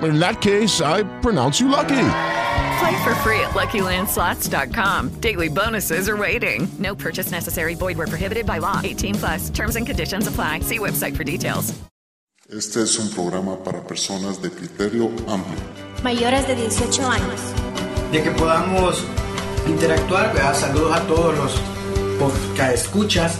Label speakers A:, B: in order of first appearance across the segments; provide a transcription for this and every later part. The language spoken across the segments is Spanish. A: In that case, I pronounce you lucky.
B: Play for free at LuckyLandSlots.com. Daily bonuses are waiting.
C: No purchase necessary. Void where prohibited by law. 18 plus. Terms and conditions apply. See website for details.
D: Este es un programa para personas de criterio amplio.
E: mayores de 18 años.
F: de que podamos interactuar. ¿verdad? Saludos a todos los podcast escuchas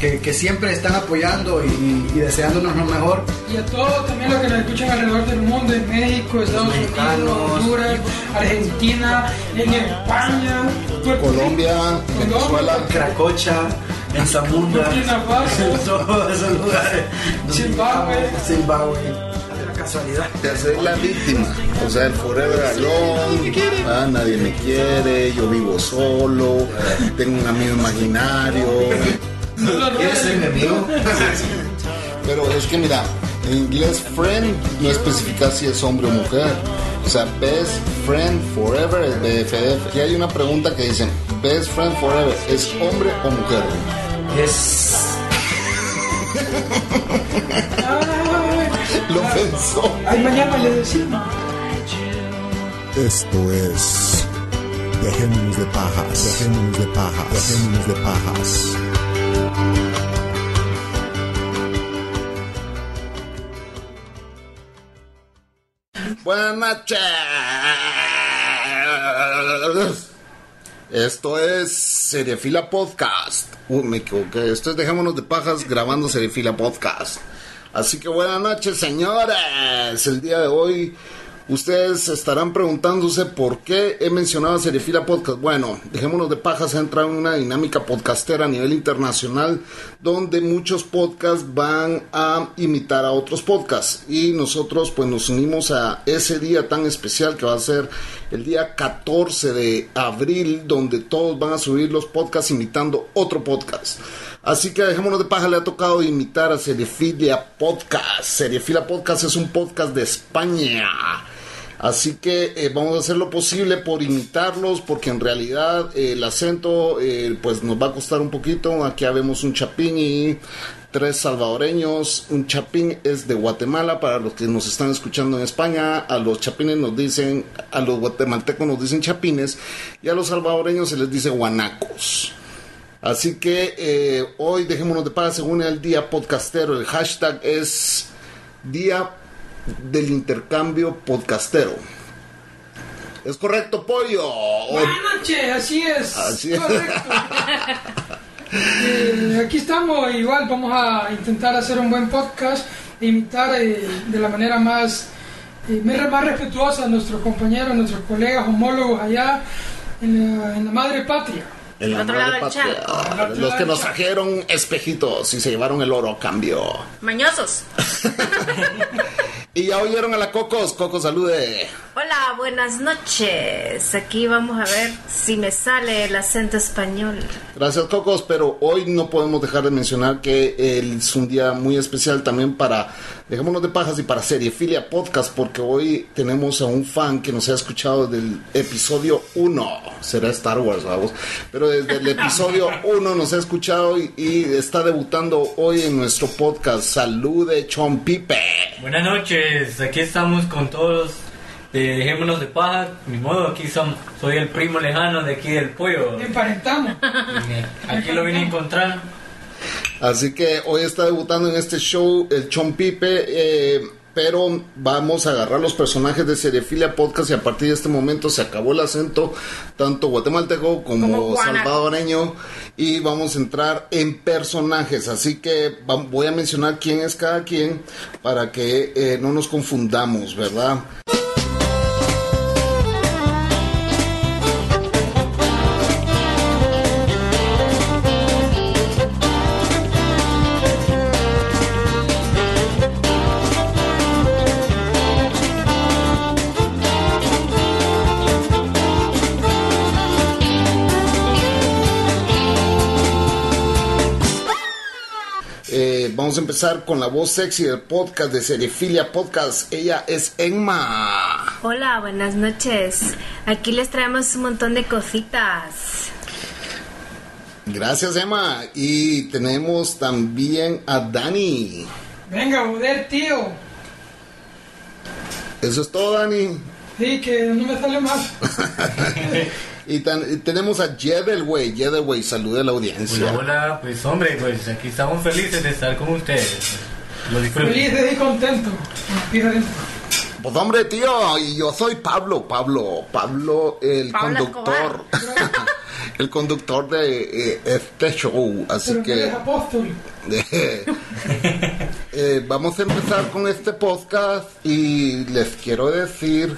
F: que, que siempre están apoyando y, y deseándonos lo mejor.
G: Y a todos también los que nos escuchan alrededor del mundo, en México, Estados Unidos,
F: mexicanos.
G: Honduras, Argentina, en España, pues, Puerto
F: Colombia,
G: Venezuela,
F: Cracocha, en Zamunda,
G: Burkina Faso.
F: en todos esos lugares.
G: Zimbabue.
F: Zimbabue. La casualidad.
H: de hacer la víctima. O sea, el forever alone, ah, nadie me quiere, yo vivo solo, tengo un amigo imaginario.
F: ¿Quieres ser mi amigo?
H: Pero es que mira, en inglés friend no especifica si es hombre o mujer. O sea, best friend forever es BFF. Y hay una pregunta que dicen, best friend forever, ¿es hombre o mujer?
F: Es.
H: Lo pensó.
G: Ay, mañana le decimos.
I: Esto es. Dejémonos de pajas. Dejémonos de pajas. Dejémonos de pajas.
H: Buenas noches. Esto es Seriefila Podcast. Uy, me equivoqué. Esto es Dejémonos de Pajas grabando Seriefila Podcast. Así que buenas noches, señores. El día de hoy ustedes estarán preguntándose por qué he mencionado a Seriefila Podcast. Bueno, Dejémonos de Pajas entra en una dinámica podcastera a nivel internacional donde muchos podcasts van a imitar a otros podcasts. Y nosotros pues nos unimos a ese día tan especial que va a ser el día 14 de abril, donde todos van a subir los podcasts imitando otro podcast. Así que dejémonos de paja, le ha tocado imitar a Seriefilia Podcast. Seriefila Podcast es un podcast de España. Así que eh, vamos a hacer lo posible por imitarlos, porque en realidad eh, el acento eh, pues nos va a costar un poquito. Aquí habemos un chapín y tres salvadoreños. Un chapín es de Guatemala para los que nos están escuchando en España. A los chapines nos dicen, a los guatemaltecos nos dicen chapines y a los salvadoreños se les dice guanacos. Así que eh, hoy dejémonos de paz, según el día podcastero, el hashtag es Día del Intercambio Podcastero. ¿Es correcto, pollo? ¿O-
G: Buenas noches, así es.
H: Así es.
G: Correcto. Eh, aquí estamos, igual vamos a intentar hacer un buen podcast e imitar eh, de la manera más, eh, mer- más respetuosa a nuestros compañeros, a nuestros colegas, homólogos allá en la, en la madre patria.
H: En la
E: Otro
H: madre
E: lado del
H: patria.
E: charco.
H: Ah, Los que nos trajeron espejitos y se llevaron el oro a cambio.
E: Mañosos.
H: Y ya oyeron a la Cocos. Cocos, salude.
E: Hola, buenas noches. Aquí vamos a ver si me sale el acento español.
H: Gracias, Cocos, pero hoy no podemos dejar de mencionar que el- es un día muy especial también para Dejémonos de Pajas y para Seriefilia Podcast, porque hoy tenemos a un fan que nos ha escuchado del episodio 1. Será Star Wars, vamos. Pero desde el episodio 1 nos ha escuchado y, y está debutando hoy en nuestro podcast. Salude, Chon Pipe.
J: Buenas noches, aquí estamos con todos de Dejémonos de Paja. Mi modo, aquí son, soy el primo lejano de aquí del pollo.
G: Emparentamos.
J: Aquí lo vine a encontrar.
H: Así que hoy está debutando en este show el Chon Pipe. eh, pero vamos a agarrar los personajes de Seriefilia Podcast y a partir de este momento se acabó el acento, tanto guatemalteco como,
E: Como guana-
H: salvadoreño, y vamos a entrar en personajes. Así que va- voy a mencionar quién es cada quien para que eh, no nos confundamos, ¿verdad? Eh, vamos a empezar con la voz sexy del podcast de Seriefilia Podcast. Ella es Enma.
E: Hola, buenas noches. Aquí les traemos un montón de cositas.
H: Gracias, Emma. Y tenemos también a Dani.
G: Venga, joder, tío.
H: Eso es todo, Dani.
G: Sí, que no me sale más.
H: Y, tan- y tenemos a Jedelway. Jedelway, salude a la audiencia.
J: Hola, hola, pues hombre, pues aquí estamos felices de estar con ustedes. Lo disfruten.
G: Felices y contento. Diferente.
H: Pues hombre, tío, y yo soy Pablo, Pablo, Pablo, el
G: Pablo
H: conductor. el conductor de eh, este show. Así
G: Pero que
H: que...
G: eres apóstol.
H: Eh, vamos a empezar con este podcast y les quiero decir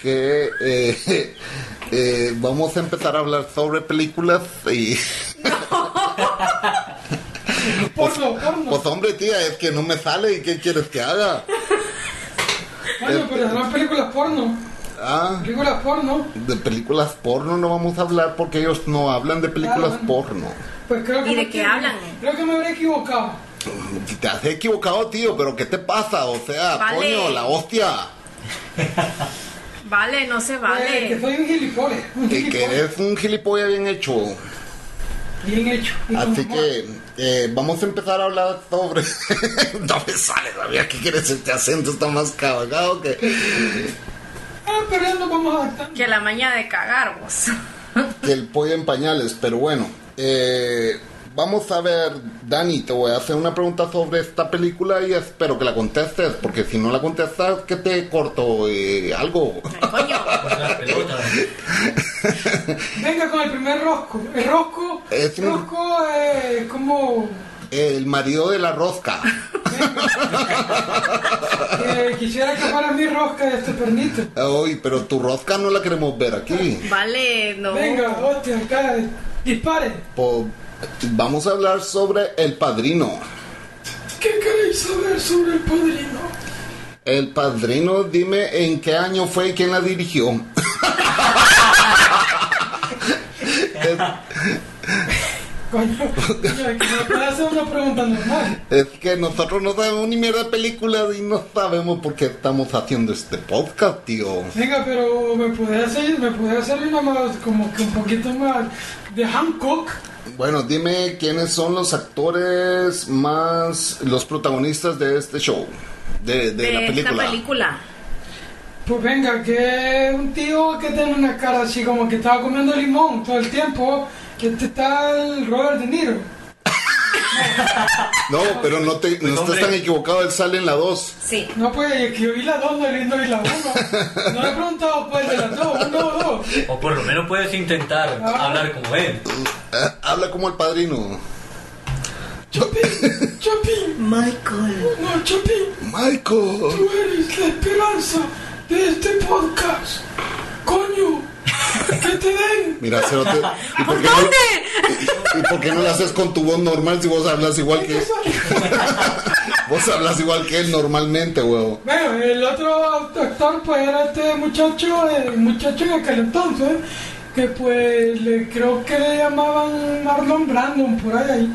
H: que eh, eh, vamos a empezar a hablar sobre películas y... pues, pues, hombre, tía, es que no me sale y ¿qué quieres que haga?
G: Bueno, pero serán películas porno.
H: eh, Ah,
G: Películas porno.
H: de películas porno no vamos a hablar porque ellos no hablan de películas
G: Ah,
H: porno.
G: Pues creo que
E: ¿Y de
G: me-
E: qué hablan?
G: Creo que me habré equivocado.
H: Te has equivocado, tío, pero ¿qué te pasa? O sea,
E: Vale.
H: coño, la hostia.
E: Vale, no se
G: Eh, que
E: vale.
G: soy un gilipollas. Un
H: Que, que
G: gilipollas.
H: eres un gilipollas bien hecho.
G: Bien hecho. y con
H: Así
G: amor.
H: que eh, vamos a empezar a hablar sobre. no me sale todavía que quieres este acento, está más cargado que.
G: Ah, pero ya nos vamos adaptando.
E: Que la maña de cagar vos.
H: que el pollo en pañales, pero bueno. eh, vamos a ver, Dani, te voy a hacer una pregunta sobre esta película y espero que la contestes, porque si no la contestas, que te corto eh, algo.
G: Venga con el primer rosco. El rosco.
H: Es un-
G: Rosco eh, es como.
H: El marido de la rosca.
G: eh, quisiera que fuera mi rosca de este pernito.
H: Ay, pero tu rosca no la queremos ver aquí.
E: Vale, no.
G: Venga, hostia, acá. eh, Dispare.
H: Po- vamos a hablar sobre El Padrino.
G: ¿Qué queréis saber sobre el padrino?
H: El Padrino, dime en qué año fue y quién la dirigió.
G: Coño, coño, que me puede hacer una pregunta normal.
H: Es que nosotros no sabemos ni mierda de películas y no sabemos por qué estamos haciendo este podcast, tío.
G: Venga, pero me puede hacer, me puede hacer una más, como que un poquito más de Hancock.
H: Bueno, dime quiénes son los actores más los protagonistas de este show, de, de
E: De
H: la
E: esta
H: película.
E: película.
G: Pues venga, que un tío que tiene una cara así como que estaba comiendo limón todo el tiempo, que este está el Robert De Niro.
H: No, pero no, te, no estás tan equivocado, él sale en la 2.
E: Sí.
G: No, pues es que yo vi la dos, no vi- no vi la uno. No le he preguntado pues de las dos, uno o dos. Ah,
J: O por lo menos puedes intentar hablar como él.
H: Eh, Habla como el padrino.
G: Chopin,
E: Michael.
G: no, Chopin,
H: Michael.
G: tú eres la esperanza de este podcast. Coño, que te den.
H: Mira, cerote, ¿y por, qué No, ¿y, y por qué no lo haces con tu voz normal si vos hablas igual que vos hablas igual que él normalmente, huevo?
G: Bueno, el otro actor pues era este muchacho, eh, muchacho de aquel entonces, que pues le- creo que le llamaban Marlon Brandon, por ahí.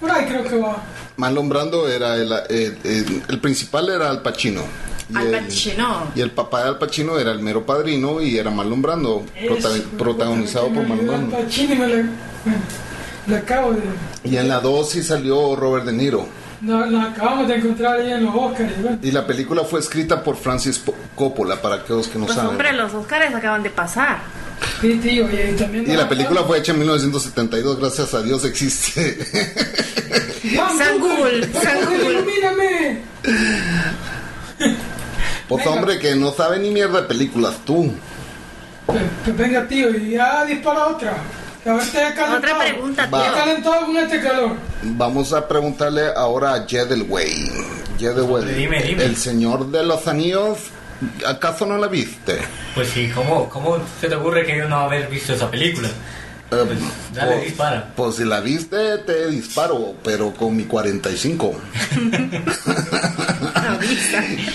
G: Por ahí creo que va.
H: Marlon Brando era el, el- el- el principal era Al Pacino. Y
E: Al
H: el-
E: Pacino.
H: Y el papá de Al Pacino era el mero padrino y era Marlon Brando, prota-
G: Eso,
H: protagonizado por
G: me
H: Marlon
G: olvidé al
H: Brando.
G: Pacino y me le, bueno, le acabo de...
H: Y en la 2 sí salió Robert De Niro.
G: Nos, nos acabamos de encontrar ahí en los Oscars. ¿verdad?
H: Y la película fue escrita por Francis Po- Coppola, para aquellos que no
E: Pues
H: saben.
E: hombre, los Oscars acaban de pasar.
G: Sí, tío, y ahí también...
H: Y la película fue hecha en 1972, gracias a Dios existe.
G: ¡Vamos,
E: San Google,
G: Google,
E: San Google.
G: ilumíname!
H: Pues
G: Venga.
H: hombre, que no sabe ni mierda de películas tú.
G: Pues, pues venga, tío, y ya dispara otra. Que a ver, te he calentado. Otra
E: pregunta,
H: tío.
G: Te he calentado con este calor.
H: Vamos a preguntarle ahora a Jedelway. Jedelway,
J: Dime, dime.
H: el señor de los anillos, ¿acaso no la viste?
J: Pues sí, ¿cómo, ¿cómo se te ocurre que yo no haber visto esa película? Pues dale,
H: pues-
J: dispara.
H: Pues si la viste, te disparo, pero con mi 45.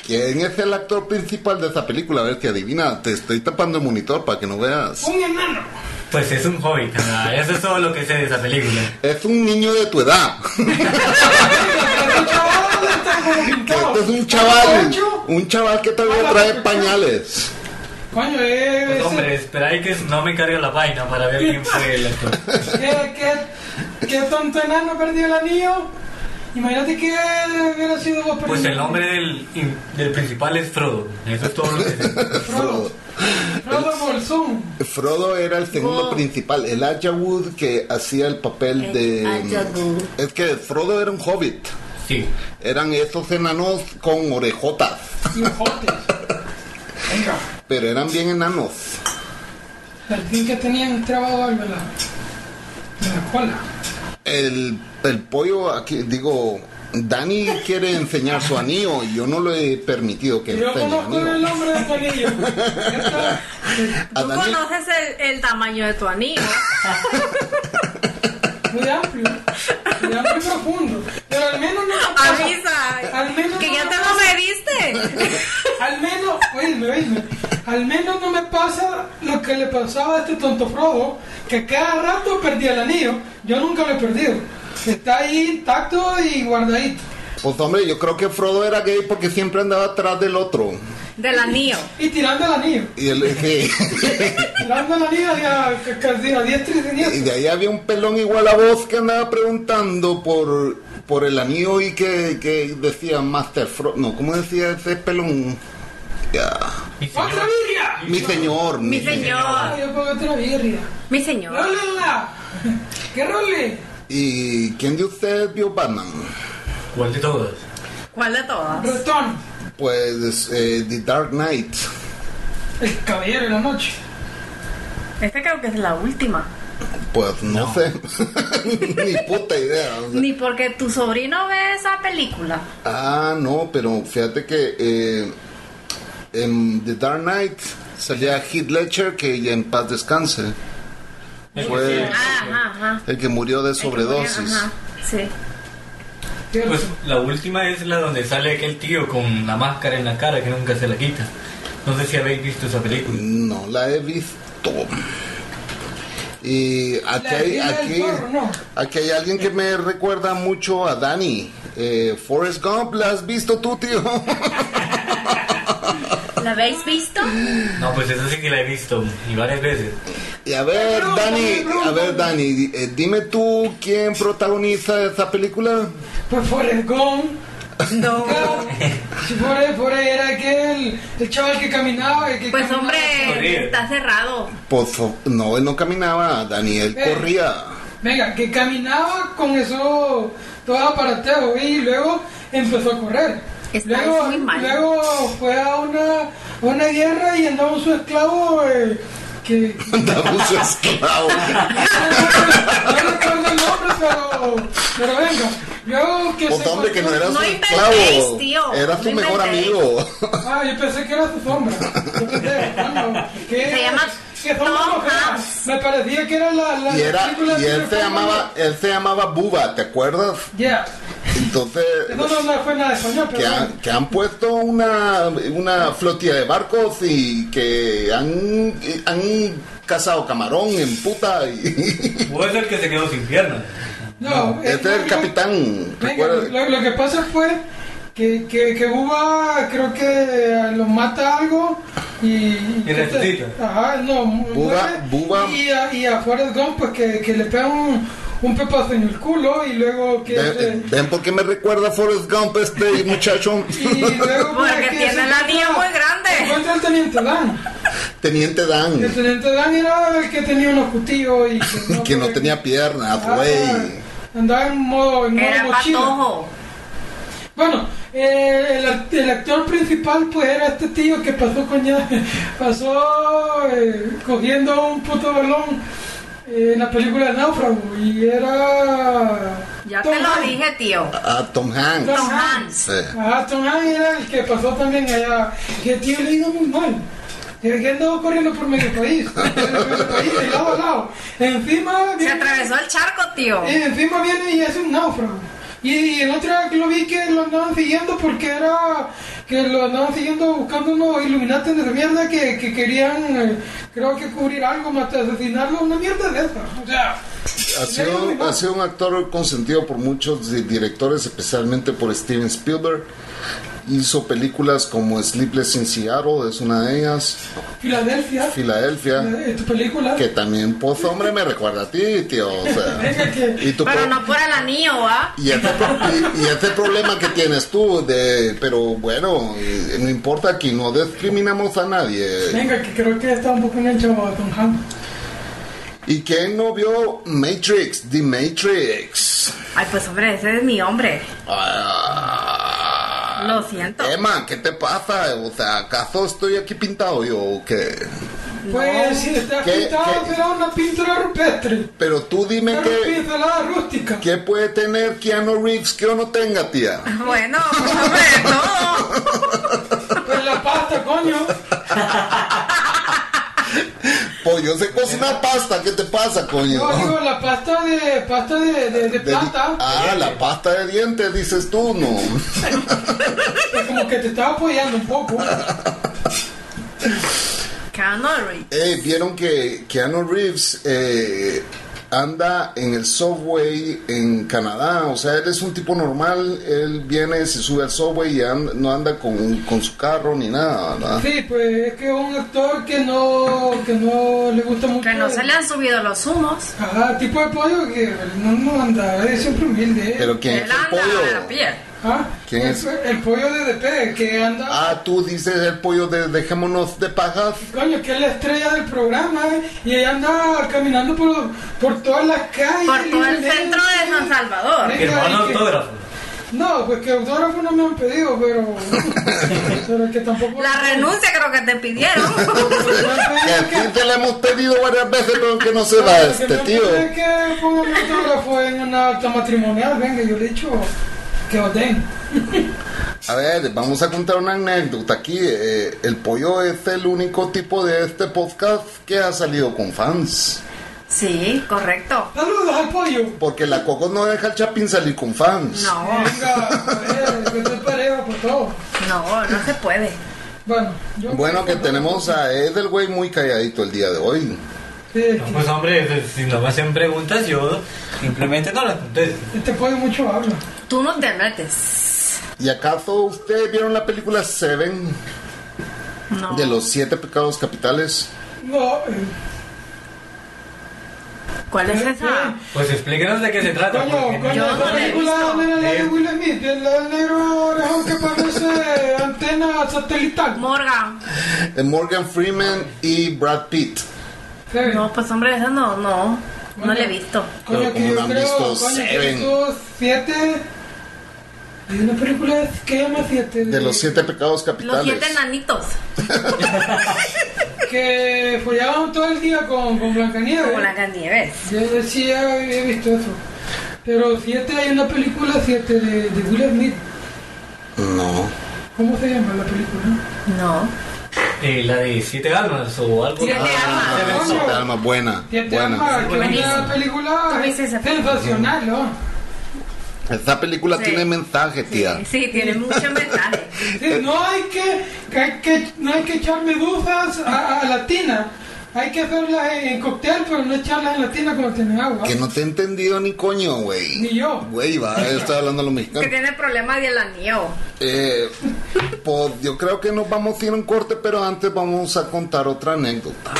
H: ¿Quién es el actor principal de esa película? A ver, que adivina, te estoy tapando el monitor para que no veas.
G: Un enano.
J: Pues es un hobbit, nada, eso es todo lo que sé de esa película.
H: Es un niño de tu edad. este es un chaval, un chaval que todavía trae pañales.
G: Coño, eh,
J: Pues hombre, esperáis que no me cargue la vaina para ver quién fue el actor.
G: qué, qué, qué tonto enano perdió el anillo. Imagínate que hubiera sido vos
J: Pues el
G: perdido.
J: nombre del, del principal es Frodo. Eso es todo lo que sé.
H: Frodo.
G: Frodo Bolsón.
H: Frodo era el segundo
G: Oh.
H: principal, el Elijah Wood que hacía el papel de...
E: Elijah Wood.
H: Es que Frodo era un hobbit.
J: Sí.
H: Eran esos enanos con orejotas. Pero eran bien enanos.
G: Al fin que tenían trabado algo en la, en la cola.
H: El, el pollo aquí, digo, Dani quiere enseñar su anillo y yo no le he permitido que
G: Yo
H: enseñe
G: conozco
H: anillo.
G: el nombre de tu anillo.
H: A
E: Tú
H: Dani-
E: conoces el, el tamaño de tu anillo.
G: Muy amplio. Muy amplio y profundo. Pero al menos no me pasa-
E: Avisa,
G: Al menos
E: que
G: no
E: ya
G: me
E: te lo
G: pasa-
E: mediste.
G: Al menos, oídme, oídme. Al menos no me pasa lo que le pasaba a este tonto Frodo, que cada rato perdía el anillo. Yo nunca lo he perdido. Está ahí intacto y guardadito.
H: Pues hombre, yo creo que Frodo era gay porque siempre andaba atrás del otro.
E: Del anillo.
G: Y tirando el anillo.
H: Y el, que-
G: Tirando el anillo hacia- que- que- a diestra y siniestra.
H: Y de ahí había un pelón igual a vos que andaba preguntando por, por el anillo y que, que decía Master Frodo. No, ¿cómo decía ese pelón? Ya.
G: ¡Otra birria!
H: Mi señor, mi,
G: Ah, Yo pongo otra birria.
E: Mi señor.
G: ¡Rólenla! ¡Que role!
H: ¿Y quién de ustedes vio Batman?
J: ¿Cuál de todos?
E: ¿Cuál de todas?
G: ¡Rotón!
H: Pues eh, The Dark Knight.
G: El caballero de la noche.
E: Esta creo que es la última.
H: Pues no, sé. Ni puta idea. o sea.
E: Ni porque tu sobrino ve esa película.
H: Ah, no, pero fíjate que eh, en The Dark Knight salía Heath Ledger que ya en paz descanse. Fue
E: Ajá, ajá.
H: el que murió de sobredosis.
E: Ajá, sí.
J: Pues la última es la donde sale aquel tío con la máscara en la cara que nunca se la quita. No sé si habéis visto esa película.
H: No la he visto. Y aquí
G: La
H: hay,
G: vida del
H: aquí,
G: zorro, ¿no?
H: aquí hay alguien que me recuerda mucho a Dani. Eh, Forrest Gump, ¿la has visto tú, tío?
E: ¿La habéis visto?
J: No, pues esa sí que la he visto y varias veces.
H: Y a ver, Dani, a ver, Dani, eh, dime tú quién protagoniza esa película.
G: Pues Forrest Gump. No. Si Forrest, Forrest era aquel, el chaval que caminaba. el que
E: Pues
G: caminaba.
E: hombre, está cerrado.
H: Por fa- no, él no caminaba, Dani, él
G: Eh.
H: corría.
G: Venga, que caminaba con eso todo aparateado y luego empezó a correr.
E: Está
G: Luego,
E: muy mal.
G: luego fue a una, a una guerra y andaba su esclavo eh, que
H: Andaba un su esclavo.
G: no recuerdo el nombre, pero, pero venga. Luego que
H: Pues
G: se
H: hombre, que no era
G: encontró-
H: su
E: inventéis, tío,
H: esclavo. Era su
E: no
H: mejor
E: inventéis.
H: amigo.
G: Ah, yo pensé que era su sombra. Yo pensé, bueno, ¿qué?
E: Se llama
G: ¿Qué sombra
E: Tom
G: no era?
E: Hanks.
G: Me parecía que era la, la
H: Y, era,
G: película
H: y
G: que
H: él
G: me
H: se
G: fue
H: llamaba, él se llamaba Buba, ¿te acuerdas?
G: mal. Ya.
H: Entonces,
G: No, no, no fue nada de español, pero
H: que han, que han puesto una, una flotilla de barcos y que han, han cazado camarón en puta. Y,
J: O es el que se quedó sin piernas.
G: No, eh,
H: este es el
G: no,
H: capitán.
G: Venga,
H: ¿recuerdas?
G: lo, lo que pasa fue que, que, que Buba creo que los mata algo y...
J: Y resucita.
G: Ajá, no, mu-
H: Bubba-
G: muere.
H: Bubba-
G: Y a, y a Forrest Gump pues que, que le pega un, un pepazo en el culo y luego que...
H: ¿Ven, eh, ¿Ven por qué me recuerda a Forrest Gump este muchacho?
G: Y luego pues,
E: Porque
G: que
E: tiene
G: se
E: la niña
G: encuentra-
E: muy
G: se
E: grande.
G: encuentra el teniente Dan.
H: Teniente
G: Y El
H: Dan,
G: teniente Dan era el que tenía unos cutillos y que no,
H: que no
G: pues,
H: tenía piernas,
G: Ah,
H: güey.
G: andaba en modo, en modo
E: Era
G: mochila.
E: patojo.
G: Bueno, eh, el, act- el actor principal pues era este tío que pasó coña, pasó eh, cogiendo un puto balón eh, en la película Náufrago y era...
E: Ya te lo dije, tío.
H: Ah, Tom Hanks.
G: Tom Hanks. Ajá, Tom Hanks era el que pasó también allá, que el tío le iba muy mal. Que que andaba corriendo por medio país, medio país, de lado a lado. Encima
E: Se atravesó el charco, tío.
G: y encima viene y hace un náufrago. Y, y en otra que lo vi que lo andaban siguiendo porque era que lo andaban siguiendo buscando unos iluminantes de mierda que, que querían, eh, creo que cubrir algo, matar, asesinarlo, una mierda de esa. O sea,
H: Ha sido, ha sido un actor consentido por muchos di- directores, especialmente por Steven Spielberg. Hizo películas como Sleepless in Seattle, es una de ellas.
G: Filadelfia. eh,
H: Filadelfia.
G: tu película.
H: Que también, pues, hombre, me recuerda a ti, tío. o sea. y tu
E: Pero
H: pro-
E: no por el anillo, ¿ah?
H: y este, pro- y- y este problema que tienes tú, de, pero bueno, eh, no importa, aquí no discriminamos a nadie.
G: Venga, que creo que está un poco enganchado a Tom Hanks.
H: ¿Y quién no vio Matrix? The Matrix.
E: Ay, pues hombre, ese es mi hombre.
H: Ah.
E: Lo siento.
H: Emma, ¿qué te pasa? O sea, ¿acaso estoy aquí pintado yo o qué?
G: Pues si está
H: ¿Qué-
G: pintado, será una pintura rupestre.
H: Pero tú dime
G: Una
H: qué,
G: pincelada rústica.
H: qué puede tener Keanu Reeves que yo no tenga, tía.
E: Bueno, pues hombre, no.
G: Pues la pasta, coño.
H: Pues yo sé cocinar pasta, ¿qué te pasa, coño?
G: No, digo, la pasta de, pasta de, de, de
H: De di-
G: plata.
H: ah, la pasta de dientes, dices tú, no.
G: Es como que te estaba apoyando un poco.
E: Canary.
H: Eh, Vieron que Keanu Reeves eh, anda en el subway en Canadá. O sea, él es un tipo normal. Él viene, se sube al subway y and- no anda con, con su carro ni nada, ¿verdad?
G: Sí, pues es que es un actor que no, que no le gusta mucho.
E: Que no se le han subido los humos.
G: Ajá, tipo de pollo que no, no anda, es siempre humilde.
H: Pero ¿quién es
E: Él anda
H: el
E: a la
H: pollo?
E: pie.
G: ¿Ah?
H: ¿Quién es?
G: El, el pollo de DP, que anda.
H: Ah, tú dices el pollo de Dejémonos de Pajas.
G: Coño, que es la estrella del programa eh, y ella anda caminando por, por todas las calles.
E: Por todo el
G: libre,
E: centro de San Salvador.
G: Venga, y que- No, pues que autógrafo no me han pedido, pero. pero que tampoco.
E: La renuncia creo que te pidieron.
H: Que a ti te la hemos pedido varias veces, pero que no se va este tío.
G: Es que ponga mi autógrafo en un acta matrimonial, venga, yo le he dicho que os den.
H: A ver, vamos a contar una anécdota aquí. Eh, el pollo es el único tipo de este podcast que ha salido con fans.
E: Sí, correcto.
G: Saludos al pollo.
H: Porque la Coco no deja al Chapín salir con fans.
E: No,
G: Venga, eh, que te pareja por todo.
E: no, no se puede.
G: Bueno, yo.
H: Bueno, que tenemos a Edelwey muy calladito el día de hoy.
G: Eh,
J: Pues hombre, si no me hacen preguntas, yo simplemente no las contesto.
G: este pollo mucho habla.
E: Tú no te metes.
H: ¿Y acaso ustedes vieron la película Seven
E: No.
H: de los siete pecados capitales?
G: No, eh,
E: ¿Cuál es esa?
J: Pues explícanos de qué se trata.
G: coño,
J: porque-
G: coño, esa película donde era
E: Eh.
G: la de Will Smith, el el negro orejón que parece antena satelital.
E: Morgan.
H: De Morgan Freeman y Brad Pitt.
G: Seven.
E: No, pues hombre, esa no, no. No la he visto.
G: Coño,
H: Pero
G: que
H: como
G: yo
H: no han
G: creo,
H: visto
G: coño, que
H: Seven.
G: estos siete. Hay una película que llama siete.
H: De los siete pecados
E: Los
H: capitales.
E: siete enanitos.
G: Que follaban todo el día con, con Blancanieves.
E: Como Blancanieves.
G: Yo decía, he visto eso. Pero siete, hay una película siete de, de Will Smith.
H: No.
G: ¿Cómo se llama la película?
E: No.
J: Eh, la de siete almas o algo.
E: Siete
H: Ah,
E: almas.
G: Coño.
H: siete almas, buena.
G: Siete
H: Buena.
G: Almas, que es una
E: Buenísimo. ¿Tú
G: película
E: viste esa película?
G: sensacional, ¿no?
H: Esta película
E: Sí.
H: tiene mensaje, tía.
E: Sí, tiene mucho mensaje.
G: Sí, No hay que, que hay que, no hay que echar medusas a, a la tina. Hay que hacerlas en, en cóctel, pero no echarlas en la tina cuando tienen agua.
H: Que no te he entendido ni coño, güey.
G: Ni yo.
H: Güey, va, yo estoy hablando a los
E: Que
H: mexicanos.
E: tiene problema de anillo.
H: Eh, pues yo creo que nos vamos a ir a un corte, pero antes vamos a contar otra anécdota.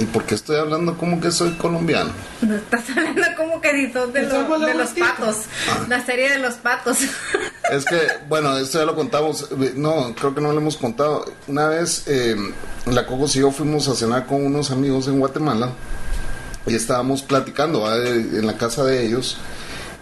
H: ¿Y por qué estoy hablando como que soy colombiano?
E: No estás hablando como que de, los- de
G: Estamos la
E: los
G: vueltita.
E: patos. La serie de los patos.
H: Es que, bueno, esto ya lo contamos. eh, No, creo que no lo hemos contado. Una vez, eh, la Cocos y yo fuimos a cenar con unos amigos en Guatemala y estábamos platicando ¿va? Eh, en la casa de ellos.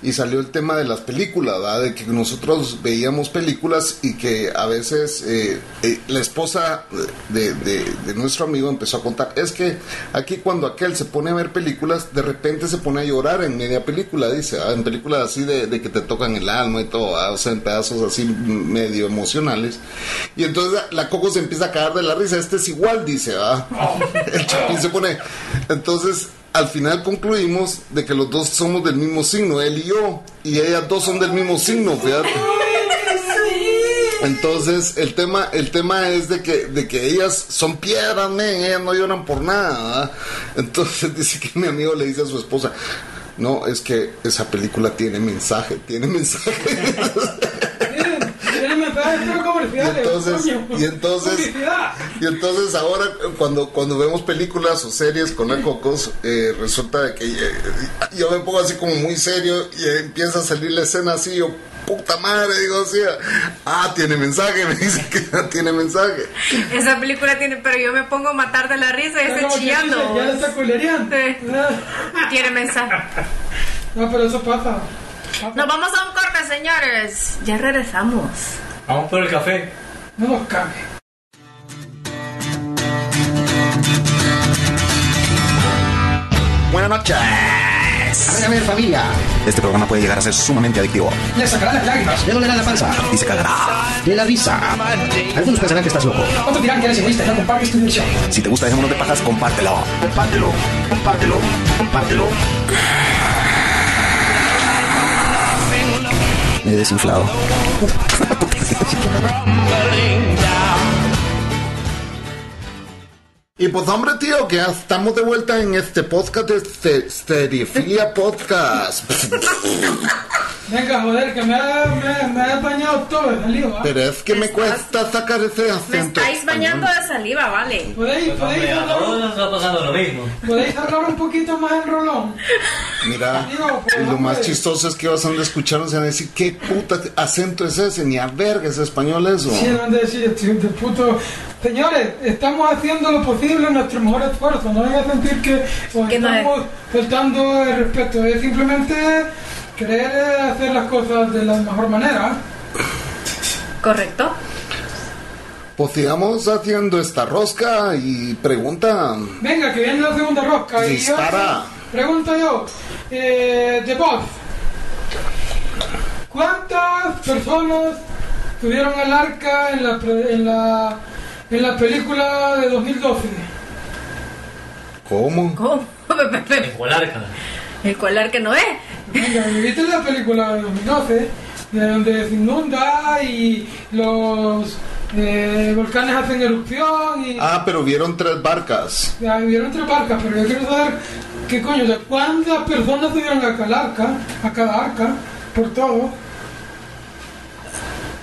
H: y salió el tema de las películas, ¿verdad? de que nosotros veíamos películas y que a veces eh, eh, la esposa de, de- de nuestro amigo empezó a contar, es que aquí cuando aquel se pone a ver películas, de repente se pone a llorar en media película, dice, ¿verdad? en películas así de, de que te tocan el alma y todo, ¿verdad? o sea, en pedazos así medio emocionales. Y entonces la Coco se empieza a cagar de la risa, este es igual, dice, ¿verdad? el Chapín se pone... Entonces al final concluimos de que los dos somos del mismo signo, él y yo, y ellas dos son del mismo signo, fíjate. Entonces el tema, el tema es de que, de que ellas son piedras, men, ellas no lloran por nada. ¿verdad? Entonces dice que mi amigo le dice a su esposa, no, es que esa película tiene mensaje, tiene mensaje.
G: Tiene mensajes pero comerciales.
H: Entonces,
G: coño.
H: y entonces, y entonces ahora cuando, cuando vemos películas o series con la Cocos, eh, resulta de que eh, yo me pongo así como muy serio y empieza a salir la escena así, yo puta madre, digo así, ah, tiene mensaje, me dice que tiene mensaje.
E: Esa película tiene, pero yo me pongo a matar de la risa y
G: No,
E: estoy
G: no, ya
E: chillando.
G: dice, ya está culereando. Ah.
E: Sí. Tiene mensaje.
G: No, pero eso pasa.
E: Nos vamos a un corte, señores. Ya regresamos.
J: Vamos por el café.
G: No nos cambie.
H: Buenas noches.
K: A ver, familia.
L: Este programa puede llegar a ser sumamente adictivo
K: Le sacará las lágrimas. Le dolerá la panza.
L: y se cagará.
K: De la risa. Algunos pensarán que estás loco.
G: Otros dirán que eres egoísta, no compartes tu diversión.
L: Si te gusta Dejémonos de Pajas, compártelo.
K: Compártelo. Compártelo. Compártelo.
L: Me he desinflado.
H: Y pues hombre tío, que ya estamos de vuelta en este podcast de Ste- Stereofilia Podcast.
G: Venga, joder, que me ha, me, me ha bañado todo el salido. ¿ah?
H: Pero es que me cuesta sacar ese acento.
E: Estáis bañando de saliva, vale.
G: ¿Podéis, podéis,
J: A
G: hablar,
J: todos nos está pasando lo mismo.
G: podéis hablar un poquito más en rolón?
H: Mira,
G: Digo,
H: y
G: pues,
H: lo más
G: hombre.
H: chistoso es que vas a andar escucharnos y van a decir, ¿qué puta acento es ese? Ni a verga es español eso.
G: Sí, no han de decir este de puto. Señores, estamos haciendo lo posible, nuestro mejor esfuerzo. No van a sentir que os
E: Que no es.
G: estamos faltando el respeto. Es simplemente querer eh, hacer las cosas de la mejor manera.
E: Correcto.
H: Pues sigamos haciendo esta rosca y pregunta.
G: Venga, que viene la segunda rosca. y yo-
H: Dispara.
G: pregunto yo, eh, The Boss, ¿cuántas personas tuvieron el arca en la, pre- en la, en la película de 2012?
H: ¿Cómo?
E: ¿Cómo?
J: ¿Cuál arca?
E: El colar que no es.
G: Venga, ¿viste la película de 2012? De donde se inunda y los eh, volcanes hacen erupción y...
H: Ah, pero vieron tres barcas.
G: Ya vivieron tres barcas, pero yo quiero saber qué coño, o sea, cuántas personas tuvieron a cada arca, a cada arca, por todo.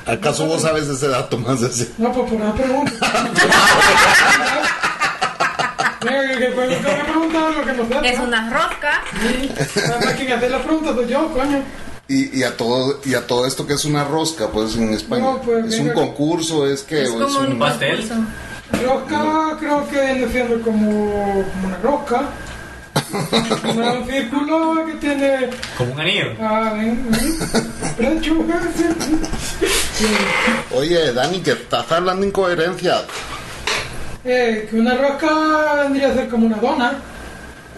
H: ¿Acaso vos sabes ese dato más ese?
G: No, pues por una pregunta. Venga, que- que que me preguntaron lo que nos da.
E: Es una rosca.
G: Además, quien hace las preguntas soy yo, coño.
H: Y, y a todo y a todo esto que es una rosca, pues en España.
G: No, pues,
H: es un
G: venga.
H: concurso, es que o es un
G: Rosca creo que viene siendo como, como una rosca. Una- un círculo que tiene.
J: Como un anillo.
G: Ah, ven, ven. Pero chuga, sí.
H: Oye, Dani, que estás hablando incoherencia.
G: Eh, que una rosca vendría a ser como una dona. Ah,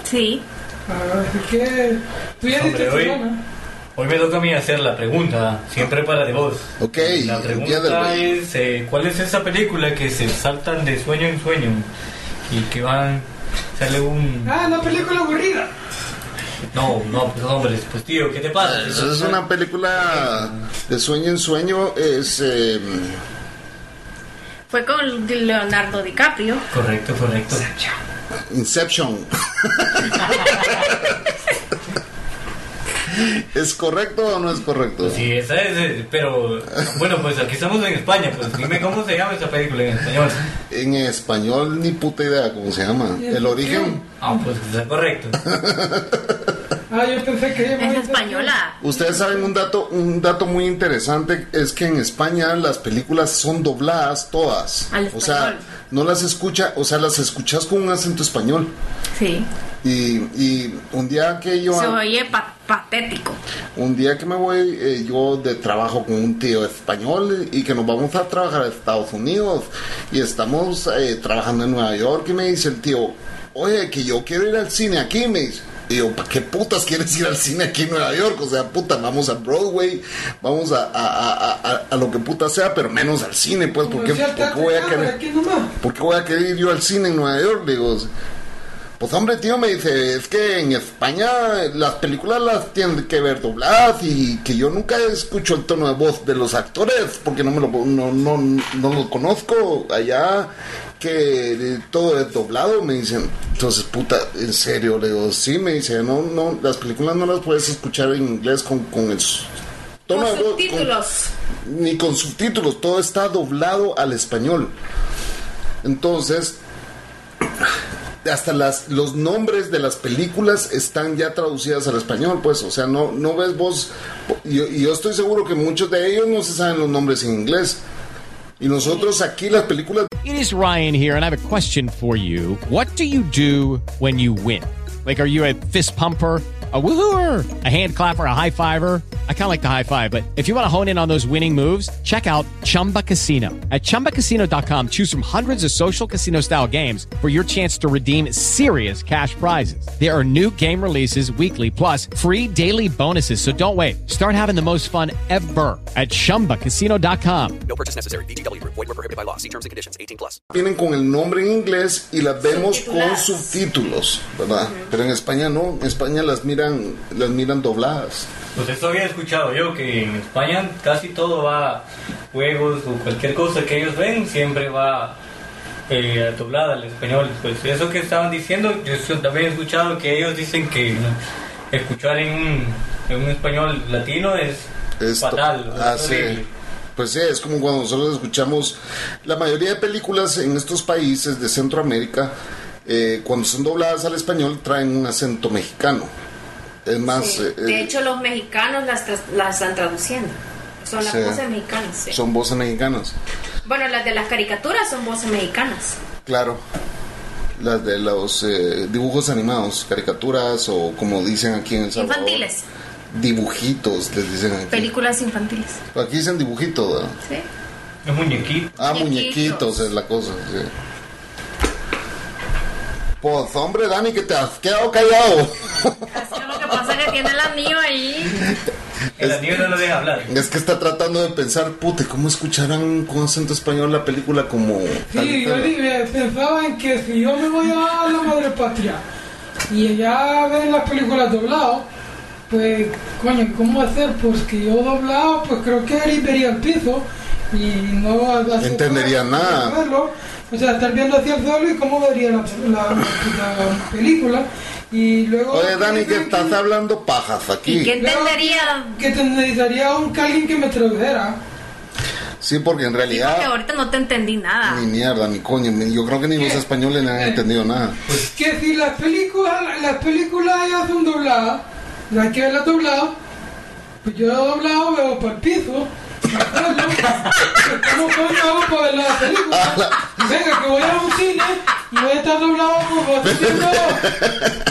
E: Sí.
G: Así que. Tú ya
J: Hombre,
G: dijiste tu
J: hoy-
G: dona.
J: Hoy me toca a mí hacer la pregunta, siempre para de vos.
H: Ok,
J: La
H: día del
J: pregunta
H: güey.
J: es, eh, ¿cuál es esa película que se saltan de sueño en sueño? Y que van, sale un...
G: Ah, la película aburrida.
J: No, no, pues hombre, pues tío, ¿qué te pasa?
H: Eso es una película de sueño en sueño. Es, eh,
E: Fue con Leonardo DiCaprio.
J: Correcto, correcto.
H: Inception. ¿Es correcto o no es correcto?
J: Sí, esa es, eh, pero bueno, pues aquí estamos en España, pues dime cómo se llama esa película en español.
H: En español ni puta idea cómo se llama. El origen.
J: Ah, pues está correcto.
G: Ah, yo pensé que ella
E: Es española.
H: Ustedes saben un dato, un dato muy interesante es que en España las películas son dobladas todas.
E: Al
H: O sea,
E: español.
H: no las escucha, o sea, las escuchas con un acento español.
E: Sí.
H: Y, y un día que yo
E: Se oye pa- patético.
H: Un día que me voy eh, yo de trabajo con un tío español y que nos vamos a trabajar a Estados Unidos y estamos eh, trabajando en Nueva York y me dice el tío, oye, que yo quiero ir al cine aquí, me dice. Y yo, ¿para qué putas quieres ir al cine aquí en Nueva York? O sea, puta, vamos a Broadway, vamos a, a, a, a- a lo que puta sea, pero menos al cine, pues, ¿por
G: Pero
H: qué,
G: si al
H: por qué voy a
G: teatro,
H: querer,
G: aquí nomás.
H: por qué voy a querer ir yo al cine en Nueva York? Digo, pues hombre, tío, me dice, es que en España las películas las tienen que ver dobladas y que yo nunca escucho el tono de voz de los actores porque no me lo no, no, no lo conozco allá que eh, todo es doblado, me dicen. Entonces, puta, en serio, le digo, sí, me dice, no, no, las películas no las puedes escuchar en inglés con, con el s- tono
E: Con
H: de voz. con-
E: subtítulos.
H: ni con subtítulos, todo está doblado al español. Entonces, hasta las, los nombres de las películas están ya traducidas al español, pues, o sea, no, no ves vos, y yo, y yo estoy seguro que muchos de ellos no se saben los nombres en inglés. Y nosotros aquí las películas...
M: It is Ryan here, and I have a question for you. What do you do when you win? Like, are you a fist pumper? A woohooer, a hand clapper, a high fiver. I kind of like the high five, but if you want to hone in on those winning moves, check out Chumba Casino. At chumbacasino.com, choose from hundreds of social casino style games for your chance to redeem serious cash prizes. There are new game releases weekly, plus free daily bonuses. So don't wait. Start having the most fun ever at chumbacasino.com.
N: No purchase necessary. VGW Group. Void were prohibited by law. See terms and conditions. 18 plus.
H: Vienen con el nombre en inglés y las vemos con
N: Subtituladas.
H: subtítulos, ¿verdad? Pero en España no, en España las miran, las miran dobladas.
J: Pues eso había escuchado yo, que en España casi todo va, juegos o cualquier cosa que ellos ven, siempre va eh, doblada al español. Pues eso que estaban diciendo, yo eso también he escuchado que ellos dicen que escuchar en un, en un español latino es
H: Esto-
J: fatal. es
H: ah, sí.
J: horrible.
H: Pues sí, es como cuando nosotros escuchamos la mayoría de películas en estos países de Centroamérica, eh, cuando son dobladas al español, traen un acento mexicano. Es más, eh,
E: De
H: eh,
E: hecho, los mexicanos las, tras- las están traduciendo. Son las
H: Sí.
E: voces mexicanas. sí.
H: son voces mexicanas.
E: Bueno, las de las caricaturas son voces mexicanas.
H: Claro. Las de los eh, dibujos animados, caricaturas o como dicen aquí en El Salvador.
E: Infantiles.
H: Dibujitos, les dicen aquí.
E: Películas infantiles.
H: Aquí dicen dibujitos, ¿verdad?
E: Sí.
J: Es muñequito.
H: Ah,
E: Muñequitos.
H: muñequitos es la cosa, sí. Pues hombre, Dani, que te has quedado callado.
E: Lo que pasa es que tiene el anillo ahí.
J: El anillo no lo deja hablar.
H: Es que está tratando de pensar, pute, ¿cómo escucharán con acento español la película como... tal y
G: Sí, yo
H: tal?
G: dije, pensaba en que si yo me voy a la madre patria y allá ven las películas doblado, pues, coño, ¿cómo hacer? Pues que yo doblado, pues creo que él vería el piso y no hace-
H: Entendería
G: no
H: nada.
G: verlo. O sea, estar viendo hacia el suelo y cómo vería la, la- la película. Y luego.
H: Oye, Dani, que estás hablando pajas aquí.
G: entendería? Que entendería un, que alguien que me tradujera.
H: Sí, porque en
E: Porque
H: realidad...
E: ahorita no te entendí nada.
H: Ni mierda, ni coño. Yo creo que ni los españoles han entendido nada.
E: Pues,
G: que si las películas las películas ya son dobladas no hay que verlas dobladas pues yo doblado veo por el piso me acuerdo, pues, ¿Cómo coño hago para ver las películas? Venga, que voy a un cine y voy a estar doblado como haciendo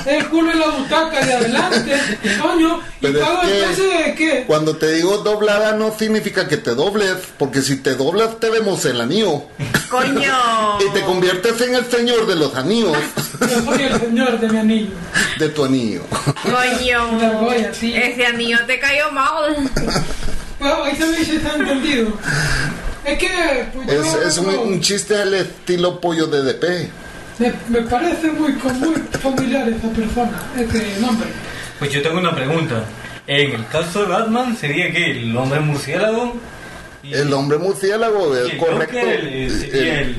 G: el culo en la butaca de adelante, coño, y
H: Pero es
G: pago
H: que-
G: entonces de qué.
H: Cuando te digo doblada no significa que te dobles, porque si te doblas te vemos el anillo.
E: Coño.
H: Y te conviertes en el señor de los anillos,
G: Yo soy el señor de mi anillo.
H: de tu anillo.
E: Coño. Ese anillo te cayó mal.
G: Bueno, ahí también se está entendido. Es que pues, yo-
H: Es, es un, un chiste al estilo pollo de DP.
G: Me, me parece muy, com- muy familiar esta persona, este nombre.
J: Pues yo tengo una pregunta. En el caso de Batman sería que el hombre murciélago
H: El hombre murciélago, es
J: el
H: correcto.
J: Joker, eh, sería
H: el,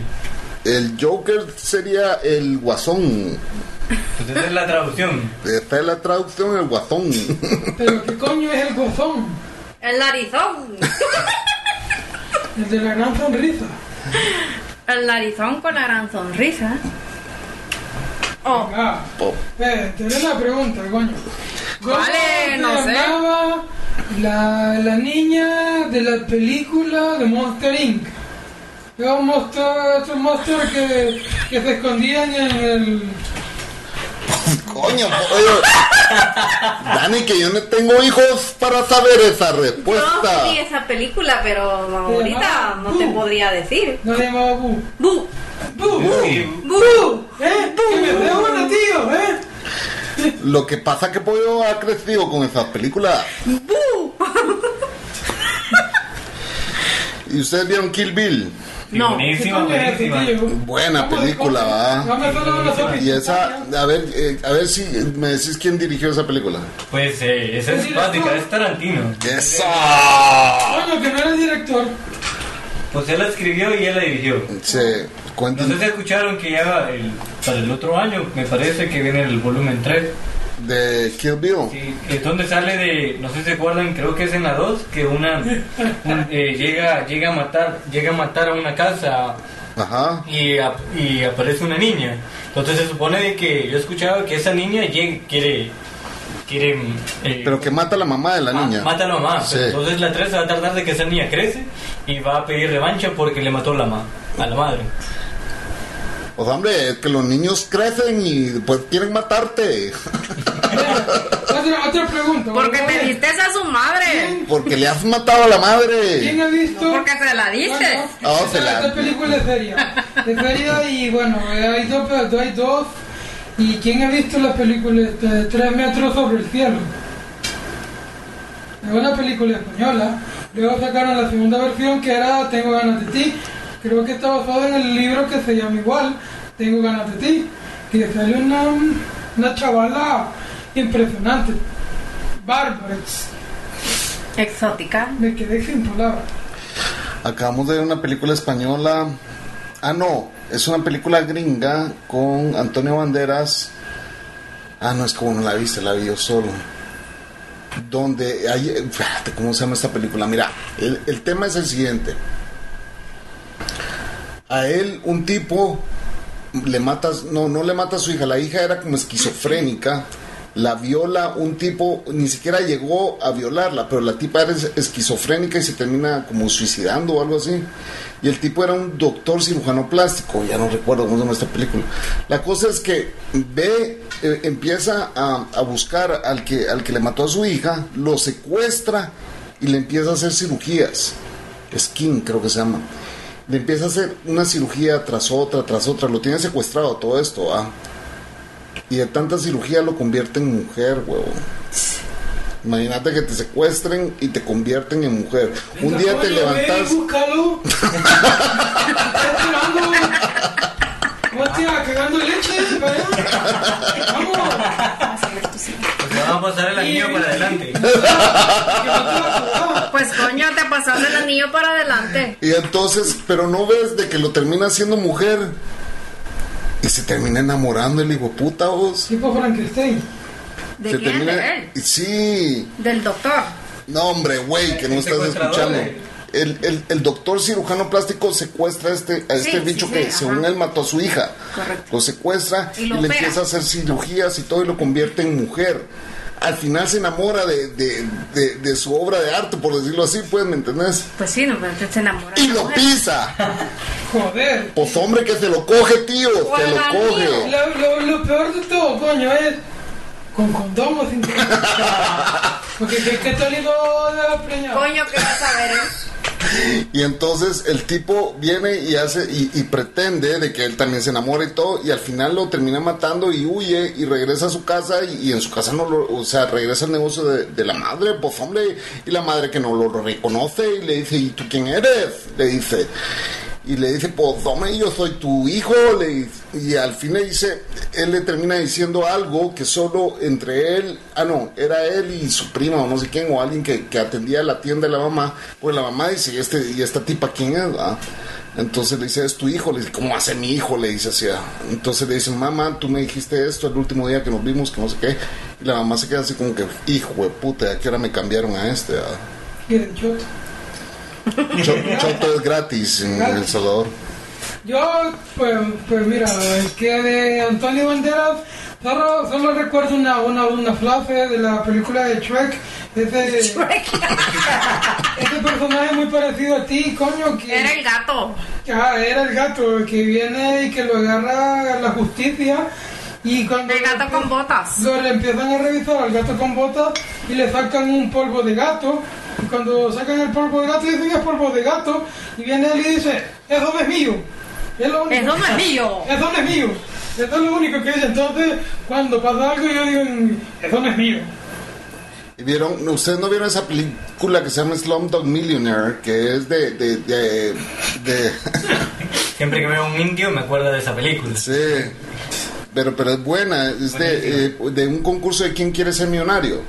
H: el Joker sería el guasón.
J: Pues esa es la traducción.
H: Esta es la traducción, el guasón.
G: Pero ¿qué coño es el gozón?
E: El narizón.
G: El de la gran sonrisa.
E: El narizón con la gran sonrisa.
G: Oh. Ah, eh, te haré la pregunta, coño. ¿Cómo
E: Vale,
G: se
E: no sé.
G: llamaba La, la niña de la película de Monster Inc. Era un monstruo, era un monstruo que, que se escondían en el...
H: Coño, oye, Dani, que yo no tengo hijos para saber esa
E: No
H: respuesta.
E: vi esa película, pero ahorita no te podría decir.
G: No le llamaba Bu.
E: Bu.
G: Bu.
E: Bu.
G: ¿Eh? Que me dé una, tío, ¿eh?
H: Lo que pasa que Pollo ha crecido con esas películas. ¿Y ustedes vieron Kill Bill?
E: No.
J: Buenísima,
G: este,
J: buenísima.
H: Buena película, ¿va? Y esa, a ver, eh, a ver si me decís quién dirigió esa película.
J: Pues eh, esa es práctica, es Tarantino.
H: ¡Eso!
G: Coño, que no era el director.
J: Pues él la escribió y él la dirigió.
H: Sí,
J: No sé si escucharon que ya el- para el otro año, me parece que viene el volumen 3.
H: ¿De Kill Bill?
J: Sí, es donde sale de, no sé si se acuerdan, creo que es en la 2, que una un- eh, llega, llega, a matar, llega a matar a una casa
H: Ajá.
J: y, ap- y aparece una niña. Entonces se supone de que yo he escuchado que esa niña llega- quiere... quiere eh,
H: Pero que mata a la mamá de la niña.
J: Ah, Mata a la mamá.
H: Sí.
J: Entonces la 3 se va a tardar de que esa niña crece y va a pedir revancha porque le mató a la, ma a la madre.
H: O sea, hombre, es que los niños crecen y después quieren matarte.
G: Otra, otra pregunta.
E: Porque me diste esa a su madre.
H: Porque le has matado a la madre.
G: ¿Quién ha visto?
E: Porque se la dices.
H: Ah, se
G: Esta
H: la...
G: película es feria. De feria y bueno, eh, hay dos, pero hay dos. ¿Y quién ha visto la película este, Tres metros sobre el cielo? Es una película española. Luego sacaron la segunda versión que era Tengo ganas de ti. Creo que está basado en el libro que se llama igual, Tengo ganas de ti. Que sale una, una chavala impresionante. Bárbara.
E: Exótica.
G: Me quedé sin palabras.
H: Acabamos de ver una película española. Ah, no, es una película gringa con Antonio Banderas. Ah, no, es como no la viste, la vi yo solo. Donde hay. fíjate, ¿Cómo se llama esta película? Mira, el, el tema es el siguiente. A él, un tipo le matas, no, no le mata a su hija, la hija era como esquizofrénica, la viola un tipo, ni siquiera llegó a violarla, pero la tipa era es- esquizofrénica y se termina como suicidando o algo así. Y el tipo era un doctor cirujano plástico, ya no recuerdo cómo se llama esta película. La cosa es que ve, eh, empieza a, a buscar al que, al que le mató a su hija, lo secuestra y le empieza a hacer cirugías. Skin creo que se llama le empieza a hacer una cirugía tras otra, tras otra, lo tiene secuestrado todo esto, ¿ah? Y de tanta cirugía lo convierte en mujer, huevón. Imagínate que te secuestren y te convierten en mujer. Un día te
G: Coño,
H: levantas.
G: Ve, búscalo. Estás tirando. Hostia, cagando leche, ¿eh?
J: Se Pues va a pasar el anillo para adelante.
E: Pues coño, te pasaste el anillo para adelante.
H: Y entonces, pero no ves de que lo termina siendo mujer. Y se termina enamorando el hijo de puta vos.
G: Tipo Frankenstein.
E: ¿De
H: se
E: quién?
H: termina.
E: ¿De él?
H: Sí.
E: Del doctor.
H: No, hombre, güey, que no estás escuchando. El, el- el doctor cirujano plástico secuestra a este, a
E: Sí,
H: este
E: sí,
H: bicho
E: sí,
H: que
E: ajá.
H: según él mató a su hija.
E: Correcto.
H: Lo secuestra
E: Y
H: y,
E: lo
H: le
E: opera.
H: empieza a hacer cirugías y todo y lo convierte en mujer. Al final se enamora de, de- de- de su obra de arte, por decirlo así, pues, ¿me entendés?
E: Pues sí, no, pero entonces se enamoró.
H: Y lo pisa.
G: Joder.
H: Pues hombre que se lo coge, tío, se lo coge.
G: Lo, lo- lo peor de todo, coño, es. Con condón o sin condón. Porque que, que te oligo de la preña.
E: Coño, ¿qué vas a ver? eh?
H: Y entonces el tipo viene y hace y, y pretende de que él también se enamore y todo y al final lo termina matando y huye y regresa a su casa y, y en su casa no lo, o sea, regresa al negocio de, de la madre, pues hombre, y la madre que no lo reconoce y le dice, ¿y tú quién eres? Le dice. Y le dice, pues hombre, yo soy tu hijo. Le, dice- y al fin le dice, él le termina diciendo algo que solo entre él, ah no, era él y su prima o no sé quién, o alguien que, que atendía la tienda de la mamá. Pues la mamá dice, ¿y, este, y esta tipa quién es? va?". Entonces le dice, es tu hijo. Le dice, ¿cómo hace mi hijo? Le dice así. ah. Entonces le dice, mamá, tú me dijiste esto el último día que nos vimos, que no sé qué. Y la mamá se queda así como que, hijo de puta, ¿a qué hora me cambiaron a este? ah?".
G: Y el choto.
H: Cho- Choto es gratis en El Salvador.
G: Yo, pues, pues mira, es que de Antonio Banderas solo, solo recuerdo una, una, una frase de la película de Shrek. Ese, ese personaje muy parecido a ti, coño. Que,
E: Era el gato.
G: Ah, era el gato que viene y que lo agarra la justicia Y cuando
E: el gato con botas.
G: Lo le empiezan a revisar al gato con botas y le sacan un polvo de gato. Y cuando sacan el polvo de gato, dicen que es polvo de gato. Y viene él y dice, eso no es mío. Es lo único.
E: Eso no es mío.
G: Eso no es mío. Eso es lo único que dice. Entonces, cuando pasa algo, yo digo, eso no es mío.
H: ¿Y vieron, ¿Ustedes no vieron esa película que se llama Slumdog Millionaire? Que es de... de, de, de...
J: Siempre que veo un indio me acuerdo de esa película.
H: Sí. Pero, pero es buena. Es de, eh, de un concurso de quién quiere ser millonario.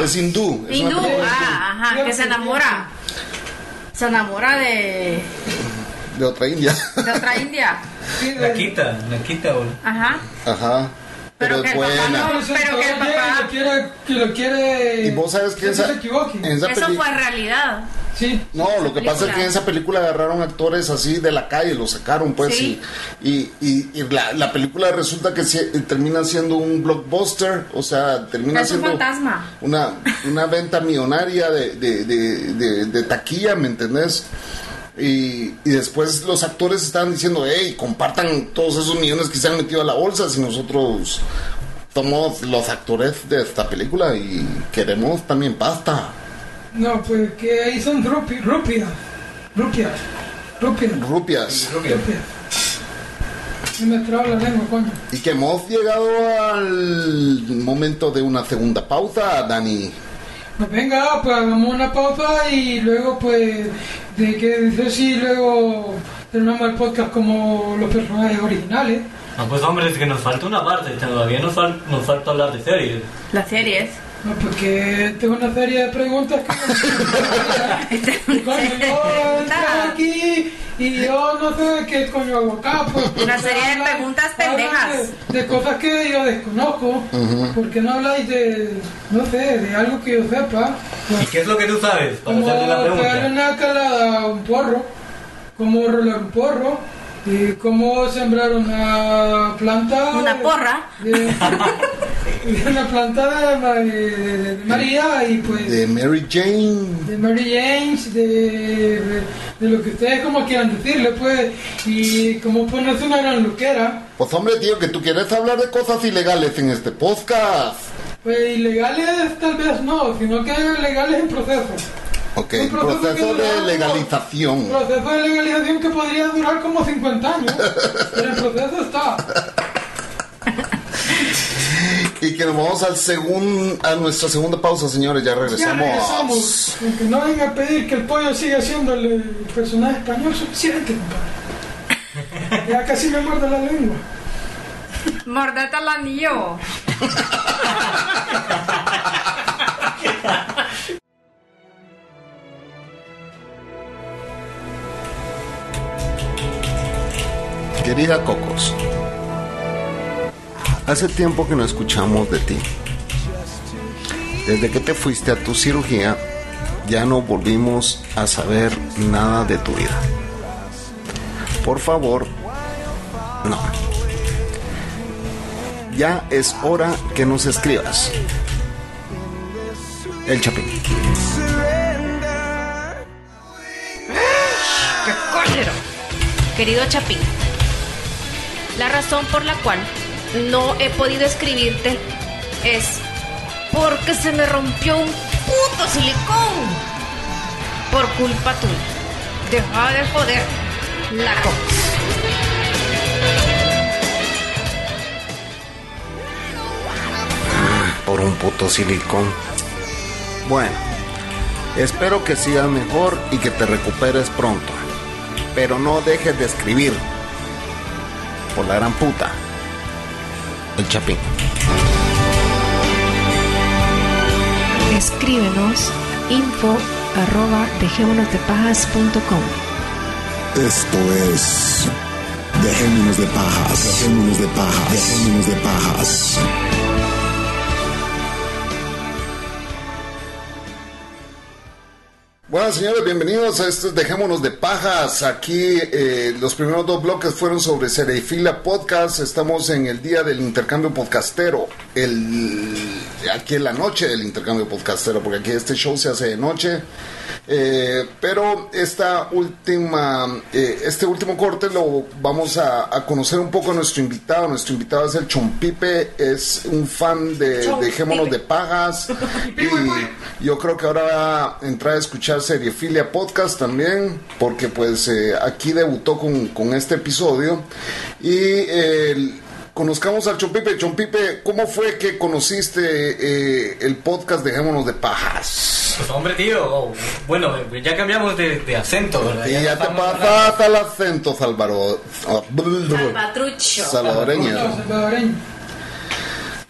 H: Es hindú. Es una
E: Ah. Hindú,
H: película
E: ah, ajá, que se enamora. Se enamora de,
H: de otra india.
E: de otra india.
J: La quita, la quita, boludo.
E: Ajá.
H: Ajá. Pero, es buena.
E: Pero que el papá.
G: Que lo quiere...
H: Y vos sabes que esa, en esa
E: Eso
H: peli-
E: fue realidad.
G: Sí.
H: No, lo que pasa es que en esa película agarraron actores así de la calle, los sacaron pues
E: Sí.
H: y, y, y- y la, la película resulta que se- eh, termina siendo un blockbuster, o sea, termina
E: Es un
H: siendo
E: fantasma.
H: una, una venta millonaria de, de, de- de- de taquilla, ¿me entendés? Y, y después los actores estaban diciendo, hey, compartan todos esos millones que se han metido a la bolsa si nosotros somos los actores de esta película y queremos también pasta.
G: No, pues que ahí son rupi, rupias. Rupias. Rupias.
H: Rupias.
G: Se me traba la lengua, coño.
H: Y que hemos llegado al momento de una segunda pausa, Dani.
G: Pues venga, pues hagamos una pausa y luego pues de que dices sí, luego terminamos el podcast como los personajes originales.
J: No, pues hombre, es que nos falta una parte, todavía nos, fal- nos falta hablar de series.
E: Las series.
G: No, porque tengo una serie de preguntas que... Y coño, yo entré aquí y yo no sé qué coño hago acá. Pues,
E: Una serie de
G: hablan-
E: preguntas
G: hablan
E: pendejas.
G: De, de cosas que yo desconozco.
J: Ujú.
G: Porque no habláis de, no sé, de algo que yo sepa. Pues
J: ¿Y qué es lo que tú sabes? Para
G: Como
J: hacerle la
G: pegarle
J: pregunta.
G: una calada a un porro, cómo rolar un porro, y cómo sembrar una planta.
E: Una
G: de-
E: porra.
G: de- de una planta de, Ma- de- de María y pues
H: De Mary Jane.
G: de Mary James, de, de, de lo que ustedes como quieran decirle, pues, y cómo ponerse una gran luquera.
H: Pues hombre, tío, que tú quieres hablar de cosas ilegales en este podcast.
G: Pues ilegales tal vez no, sino que legales en proceso.
H: Ok,
G: Un proceso
H: proceso
G: que
H: de
G: durará Un
H: legalización.
G: proceso de legalización que podría durar como 50 años, pero el proceso está.
H: Y que nos vamos al segun- a nuestra segunda pausa, señores. Ya
G: Ya
H: regresamos.
G: regresamos. Aunque no venga a pedir que el pollo siga siendo el eh, personaje español suficiente, compadre. Ya casi me muerdo la lengua.
E: Mordete el anillo.
H: Querida Cocos, hace tiempo que no escuchamos de ti. Desde que te fuiste a tu cirugía, ya no volvimos a saber nada de tu vida. Por favor, no. Ya es hora que nos escribas. El Chapín.
E: ¡Qué cólero!
O: Querido Chapín, la razón por la cual no he podido escribirte es porque se me rompió un puto silicón por culpa tuya. Deja de joder, laco.
H: por un puto silicón. Bueno, espero que sigas mejor y que te recuperes pronto. Pero no dejes de escribir. Por la gran puta. El Chapín.
P: Escríbenos info arroba dejémonosdepajas.com.
I: Esto es Dejémonos de pajas, dejémonos de pajas, dejémonos de pajas.
H: Bueno, señores, bienvenidos a este Dejémonos de Pajas. Aquí eh, los primeros dos bloques fueron sobre Cerefila Podcast. Estamos en el día del intercambio podcastero. El, aquí en la noche del intercambio podcastero, porque aquí este show se hace de noche. Eh, pero esta última, eh, este último corte lo vamos a, a conocer un poco a nuestro invitado. Nuestro invitado es el Chompipe, es un fan de
K: Chompipe.
H: Dejémonos de Pajas. Y yo creo que ahora va a entrar a escuchar Seriefilia Podcast también, porque pues eh, aquí debutó con, con este episodio. Y eh, el- conozcamos al Chompipe. Chompipe, ¿cómo fue que conociste eh, el podcast Dejémonos de Pajas?
J: Pues hombre, tío, oh, bueno, ya cambiamos de, de acento, ¿verdad?
H: Y ya te
J: estamos
H: pa-
J: hablando.
H: pata el acento, Ah, Salvador.
E: Salvatrucho.
H: Salvadoreño.
G: Salvadoreño.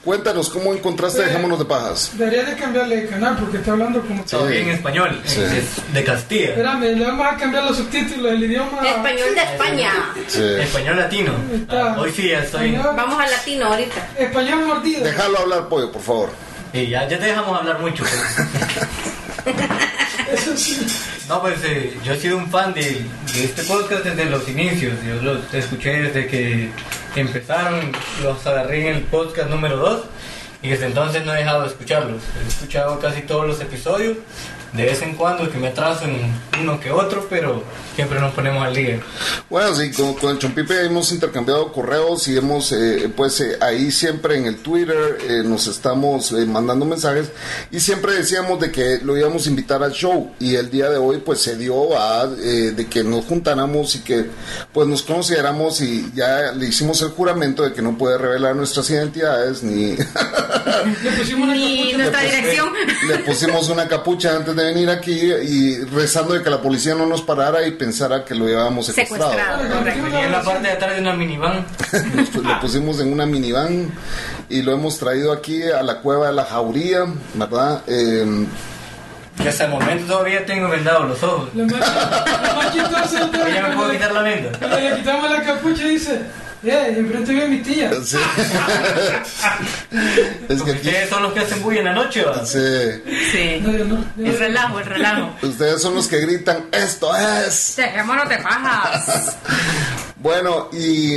H: Cuéntanos, ¿cómo encontraste Dejémonos de Pajas?
G: Debería de cambiarle de canal porque está hablando como...
J: En español,
H: Sí.
J: es de Castilla.
G: Espérame, le vamos a cambiar los subtítulos, el idioma...
O: Español de España.
J: Español latino. Ah, hoy sí ya estoy.
O: Vamos al latino ahorita.
G: Español mordido.
H: Déjalo hablar, pollo, por favor.
J: Y ya, ya te dejamos hablar mucho. No, pues eh, yo he sido un fan de, de este podcast desde los inicios. Yo los escuché desde que empezaron, los agarré en el podcast número 2 y desde entonces no he dejado de escucharlos. He escuchado casi todos los episodios, de vez en cuando que me atraso en uno que otro, pero siempre nos ponemos al día.
H: Bueno, sí, con, con el Chompipe hemos intercambiado correos y hemos, eh, pues eh, ahí siempre en el Twitter eh, nos estamos eh, mandando mensajes y siempre decíamos de que lo íbamos a invitar al show y el día de hoy pues se dio a eh, de que nos juntáramos y que pues nos consideramos y ya le hicimos el juramento de que no puede revelar nuestras identidades ni
O: Y nuestra dirección.
H: le pusimos una capucha antes de venir aquí y rezando de que la policía no nos parara y pensara que lo llevábamos secuestrado.
J: Venía en la parte de atrás de una minivan.
H: Pues lo pusimos en una minivan y lo hemos traído aquí a la cueva de la jauría, ¿verdad? Eh,
J: Que hasta el momento todavía tengo vendados los ojos.
G: Ya
J: me puedo quitar la venda.
G: Y le quitamos la capucha y dice, eh, enfrente vive mi tía.
H: es que
J: Ustedes son los que hacen bulla en la noche, ¿verdad?
H: sí,
O: Sí. El relajo, el relajo.
H: ustedes son los que gritan, esto es.
O: Dejémonos de pajas.
H: Bueno, y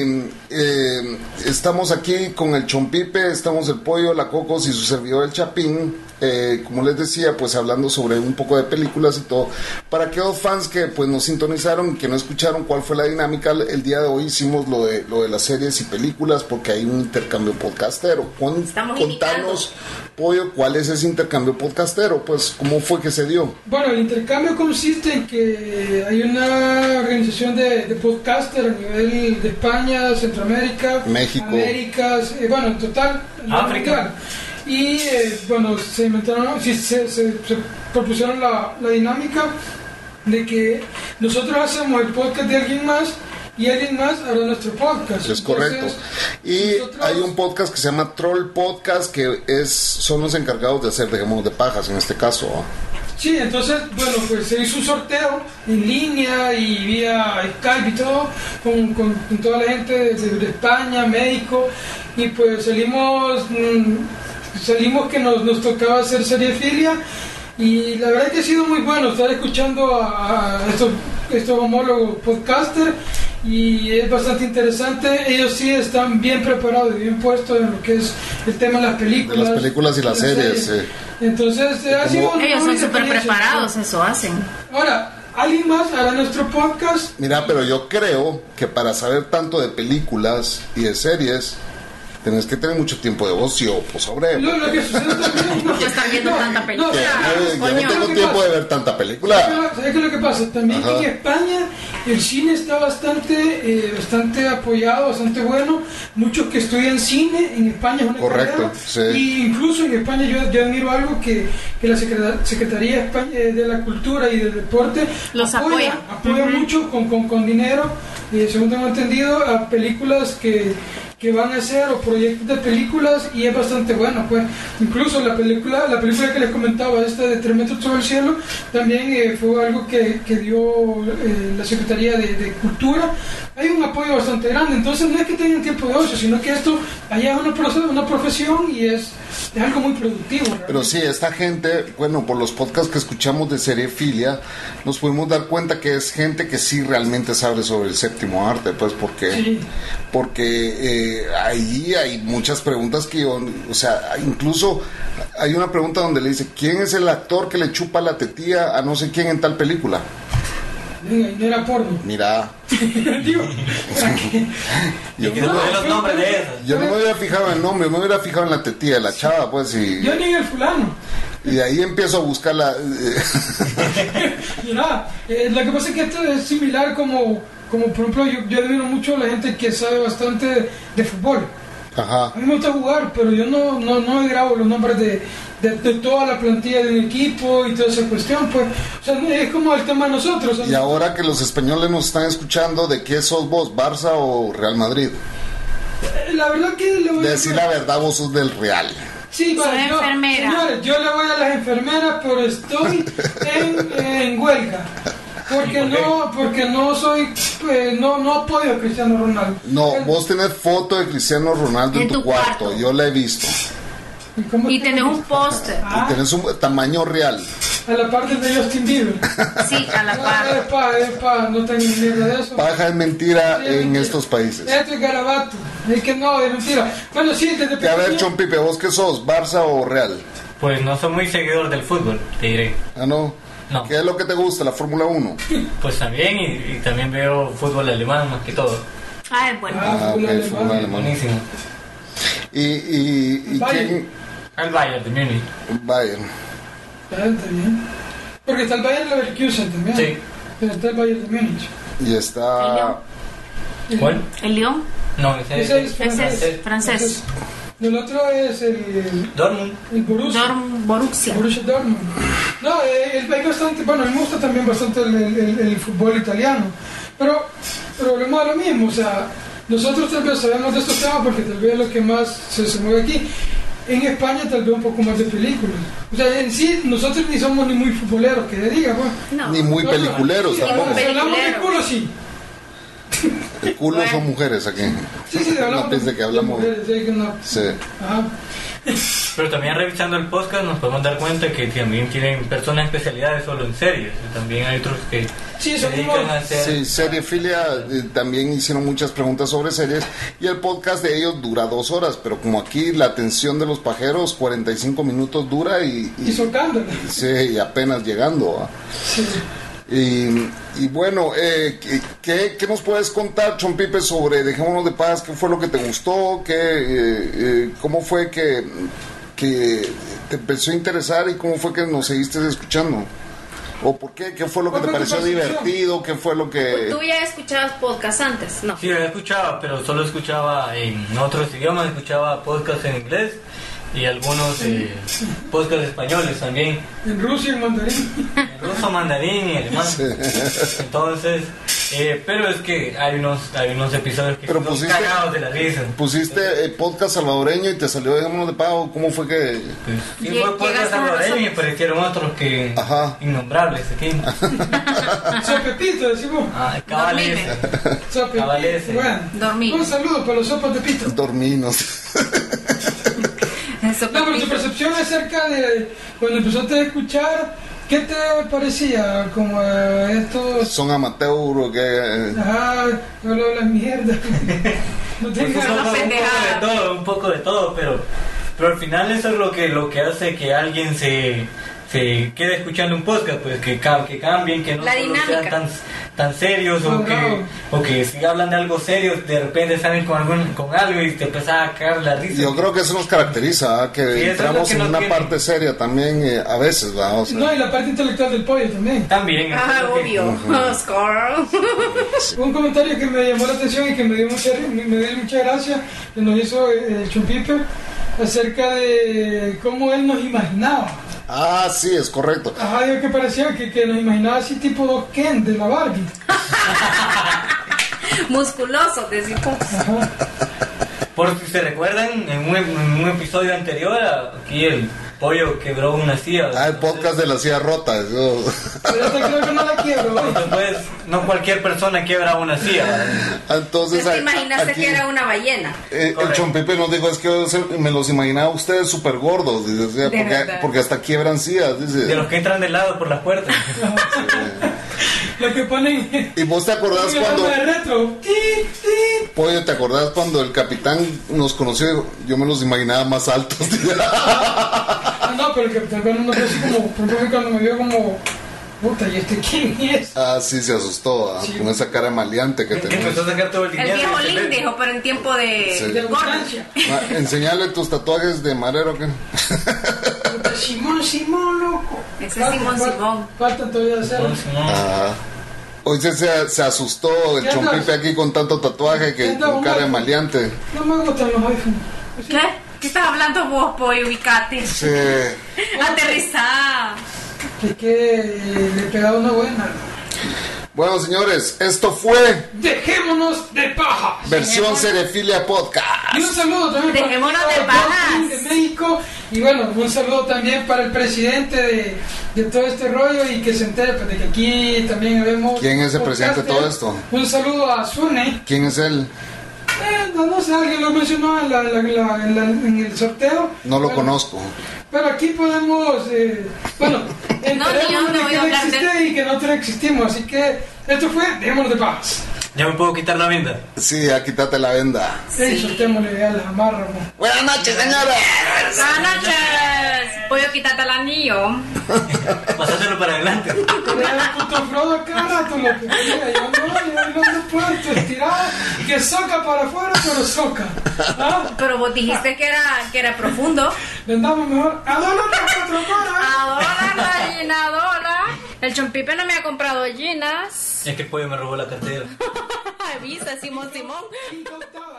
H: eh, estamos aquí con el Chompipe, estamos el Pollo, la Cocos y su servidor el Chapín. eh, como les decía, pues hablando sobre un poco de películas y todo. Para aquellos fans que pues nos sintonizaron y que no escucharon cuál fue la dinámica, el el día de hoy hicimos lo de, lo de las series y películas porque hay un intercambio podcastero. Con- contanos, Pollo, cuál es ese intercambio podcastero, pues cómo fue que se dio.
G: Bueno, el intercambio consiste en que hay una organización de, de podcasters a nivel de España, Centroamérica,
H: México.
G: Américas, eh, bueno, en total, a nivel
J: África.
G: mundial. Y eh, bueno, se inventaron, sí, se, se- se propusieron la, la dinámica de que nosotros hacemos el podcast de alguien más y alguien más hará nuestro podcast.
H: Es correcto.
G: Entonces,
H: Y hay un podcast que se llama Troll Podcast, que es son los encargados de hacer Dejémonos de Pajas en este caso. ¿ah?
G: Sí, entonces, bueno, pues se hizo un sorteo en línea y vía Skype y todo, con, con- con toda la gente de, de España, México, y pues salimos, mm, salimos que nos, nos tocaba hacer serie filia, y la verdad que ha sido muy bueno estar escuchando a, a estos, estos homólogos podcasters, y es bastante interesante, ellos sí están bien preparados y bien puestos en lo que es el tema de las
H: De
G: películas.
H: las películas y las series. eh.
G: Entonces, eh, ha sido una
O: Ellos son
G: buena
O: súper
G: experiencia.
O: preparados, eso hacen.
G: Ahora, alguien más hará nuestro podcast.
H: Mira, pero yo creo que para saber tanto de películas y de series, tenés que tener mucho tiempo de ocio, pues sobre.
G: No, lo que sucede también. No,
O: están viendo tanta
H: Que-
O: película.
H: eh, yo no tengo tiempo de ver tanta película.
G: ¿Sabes qué es lo que pasa? También
H: Ajá.
G: en España el cine está bastante, eh, bastante apoyado, bastante bueno. Muchos que estudian cine en España es una
H: Correcto,
G: carrera.
H: sí.
G: Y incluso en España yo, yo admiro algo que, que la Secreta- Secretaría Espa- eh, de la Cultura y del Deporte
O: Los
G: apoya mucho con, con, con dinero, eh, según tengo entendido, a películas que, que van a hacer o proyectos de películas y es bastante bueno. pues Incluso la película la película que les comentaba, esta de Tres metros sobre el cielo, también eh, fue algo que, que dio eh, la Secretaría de, de Cultura. Hay un apoyo bastante grande, entonces no es que tengan tiempo de ocio, sino que esto allá es una, proce- una profesión y es es algo muy productivo. realmente.
H: Pero sí, esta gente, bueno, por los podcasts que escuchamos de Seriefilia, nos pudimos dar cuenta que es gente que sí realmente sabe sobre el séptimo arte, pues porque, porque eh, ahí hay muchas preguntas que yo, o sea, incluso hay una pregunta donde le dice, ¿quién es el actor que le chupa la tetía a no sé quién en tal película?
G: Venga, y no era porno.
H: Mira, yo,
J: que no sé los nombres de esas.
H: yo no me hubiera fijado en el nombre, me hubiera fijado en la tetía de la chava, pues, y,
G: Yo ni en el fulano.
H: y de ahí empiezo a buscar la... eh,
G: Mira, eh, lo que pasa es que esto es similar como, como por ejemplo, yo, yo admiro mucho a la gente que sabe bastante de fútbol.
H: Ajá.
G: A mí me gusta jugar, pero yo no, no, no me grabo los nombres de, de- de toda la plantilla de mi equipo y toda esa cuestión, pues. O sea, es como el tema de nosotros. o sea,
H: Y ahora que los españoles nos están escuchando, ¿de qué sos vos, Barça o Real Madrid?
G: La verdad que le voy a
H: Decir la verdad, vos sos del Real.
G: Sí,
E: Soy
G: vale, yo-
E: enfermera.
G: Señores, yo le voy a las enfermeras, pero estoy en, en huelga. Porque no, porque no soy, eh, no, no apoyo a Cristiano Ronaldo.
H: No, vos tenés foto de Cristiano Ronaldo en,
O: En
H: tu,
O: tu
H: cuarto.
O: cuarto.
H: yo la he visto.
O: Y tenés un póster.
G: Ah.
H: Y tenés un tamaño real.
G: A la parte de Justin Bieber.
O: Sí, a la par.
G: No, es pa, es pa, Ah, no tengo ni idea de eso.
H: Paja es mentira en estos países.
G: Esto es garabato. Es que no, es mentira. Bueno, sí, desde
H: Y a ver,
G: pequeño-
H: Chompipe, ¿vos qué sos, Barça o Real?
J: Pues no soy muy seguidor del fútbol, te diré.
H: Ah, no. ¿Qué es lo que te gusta, la Fórmula 1?
J: Pues también, y, y también veo fútbol alemán más que todo.
O: Ay, bueno.
H: Ah, ok, Fórmula alemana.
J: Buenísimo.
H: ¿Y, y, y quién?
J: El Bayern de Múnich.
H: Bayern.
G: Ah, está bien. Porque está el Bayern Leverkusen también. Sí. Pero está el Bayern de Múnich.
H: Y está...
J: ¿Cuál?
O: El León.
J: No,
G: Ese es
O: Ese
G: francés.
O: es francés.
G: El otro es el...
J: Dortmund.
G: El Borussia.
O: Borussia.
G: Borussia Dortmund. No, eh, el, hay bastante... Bueno, a mí me gusta también bastante el, el- el- el fútbol italiano. Pero, pero volvemos a lo mismo. O sea, nosotros tal vez sabemos de estos temas porque tal vez es lo que más se, se mueve aquí. En España tal vez un poco más de películas. O sea, en sí, nosotros ni somos ni muy futboleros, que le diga, pues.
H: Ni muy peliculeros
G: sí,
H: tampoco.
G: hablamos- Hablamos de culo, sí.
H: El culo son mujeres aquí.
G: Sí, sí, hablamos
H: no piense que hablamos...
G: de- de- de- no.
H: Sí.
G: Ajá.
J: Pero también revisando el podcast nos podemos dar cuenta que también tienen personas especialidades solo en series. y También hay otros que se dedican a hacer...
H: Sí, Seriefilia eh, también hicieron muchas preguntas sobre series y el podcast de ellos dura dos horas, pero como aquí la atención de los pajeros 45 minutos dura y, y-
G: Y soltándole.
H: sí, y apenas llegando. ¿va? Y, y bueno, eh, ¿qué, qué nos puedes contar, Chompipe, sobre Dejémonos de Paz? ¿Qué fue lo que te gustó? ¿Qué, eh, eh, ¿Cómo fue que, que te empezó a interesar y cómo fue que nos seguiste escuchando? ¿O por qué? ¿Qué fue lo que te
O: ¿Cuál fue tu
H: pareció
O: percepción? Pues
H: divertido? ¿Qué fue lo que...?
O: Tú ya escuchabas podcast antes, ¿no?
J: Sí, yo escuchaba, pero solo escuchaba en otros idiomas, escuchaba podcasts en inglés y algunos eh, podcasts españoles también,
G: En Rusia, en mandarín.
J: en ruso, mandarín y alemán. Entonces, eh, pero es que hay unos, hay unos episodios que son
H: pusiste-
J: cagados de la risa.
H: ¿Pusiste eh, podcast salvadoreño y te salió Dejémonos de Pago? ¿Cómo fue que...?
J: pues. Sí, fue podcast salvadoreño y aparecieron otros que innombrables aquí.
G: Sopepito, decimos.
J: Ah, cabales. Cabales.
G: Bueno, Un saludo para los sopas de pito.
H: Dorminos.
G: No, pero tu percepción acerca de cuando empezaste a escuchar, ¿qué te parecía? Como eh, estos.
H: ¿Son amateur o qué?
G: Ajá, no hablo de las mierdas. No
J: Pues
G: tengas
J: un poco- un poco de todo, un poco de todo, pero, pero al final eso es lo que, lo que hace que alguien se, se quede escuchando un podcast, pues que, cam- que cambien, que no
O: La
J: solo sean
O: dinámica.
J: tan, tan serios o, que, o que si hablan de algo serio, de repente salen con, algún, con algo y te empieza a cagar la risa.
H: Yo creo que eso nos caracteriza, ¿ah? que
J: es lo
H: entramos
J: que
H: en
J: no
H: una
J: tiene.
H: parte seria también eh, a veces, ¿va? O sea,
G: No, y la parte intelectual del pollo también.
J: También.
O: Ah, obvio. Oscar.
G: Un comentario que me llamó la atención y que me dio mucha, me me dio mucha gracia, que nos hizo eh, el Chumpipe, acerca de cómo él nos imaginaba.
H: Ah, sí, es correcto.
G: Ajá, yo que parecía que, que nos imaginaba así tipo dos Ken de la Barbie.
O: Musculoso, decir como-
J: Por si se recuerdan, en un, en un episodio anterior, aquí el Pollo quebró una silla.
H: Ah, el podcast de la silla rota. eso.
J: Pero esta creo que no la quiebro. Pues no cualquier persona quiebra una silla.
H: Entonces,
O: ¿Te
H: Pues a-
O: imaginaste
H: aquí,
O: que era una ballena?
H: eh, el Chompipe nos dijo, es que se- me los imaginaba ustedes súper gordos, dice, o sea,
O: De
H: porque,
O: verdad.
H: porque hasta quiebran sillas, dice.
J: De los que entran de lado por las puertas. Los que ponen.
H: ¿Y vos te acordás cuando, Pollo, te acordás cuando el capitán nos conoció? Yo me los imaginaba más altos. dice.
G: Ah, no, pero el capitán Cuerno no fue así como. Por ejemplo, cuando me vio como. Puta, ¿y este quién es?
H: ah, sí, se asustó, ah, con esa cara maleante que tenía.
J: Empezó a sacar todo el
O: El
J: dinero.
O: viejo
J: y se
O: Link
J: ve.
O: dijo, pero en tiempo de,
H: Sí.
O: de
H: De
O: gordo.
H: Ma, Ah, enseñale tus tatuajes de marero. ¿qué?
G: Simón, Simón, loco.
O: Ese
G: Falta-
O: Simón,
G: fal-
O: Simón.
G: Falta todavía hacer.
H: Ah. Hoy se, se, se asustó el
G: ¿Qué andas?
H: chompipe aquí con tanto tatuaje que
G: andas,
H: con cara de
G: Omar?
H: maleante.
G: No me gustan los iPhones.
O: ¿Qué? ¿Eh? ¿Qué estás hablando vos, pollo? Ubicate.
H: Sí.
O: Aterrizá.
G: Es que eh, le he pegado una buena.
H: Bueno, señores, esto fue
G: Dejémonos de paja.
H: versión Cerefilia Podcast.
G: Y un saludo también para
O: Dejémonos
G: el
O: de balas.
G: de México. Y bueno, un saludo también para el presidente de, de todo este rollo y que se entere pues, de que aquí también vemos.
H: ¿Quién es el presidente de todo esto?
G: Un saludo a Sune.
H: ¿Quién es él?
G: Eh, no, no sé, alguien lo mencionó en, la- la- la- en la- en el sorteo.
H: No lo conozco.
G: Pero aquí podemos. eh, bueno,
O: yo
G: enterarnos
O: no
G: de
O: voy
G: que
O: a
G: no
O: hablar de-
G: existe y que nosotros existimos. Así que esto fue Dejémonos de Paz.
J: Ya me puedo quitar la venda.
H: Sí, ya quítate la venda.
G: Sí. soltémosle a las amarras. mo.
H: Buenas noches, señores.
O: Buenas noches. Pollo, quítate el anillo.
J: Pasáselo para adelante.
G: Era el puto Frodo acá, rato, lo que quería. Yo no, yo no, no puedo estirar. Que soca para afuera, pero soca. ¿Ah?
O: Pero vos dijiste que era, que era profundo.
G: Vendamos mejor a dólar a cuatro varas.
O: Adora, gallina, adora. El chompipe no me ha comprado gallinas.
J: Es que el pollo me robó la cartera.
O: Avisa, Simón, Simón.
G: Encantado.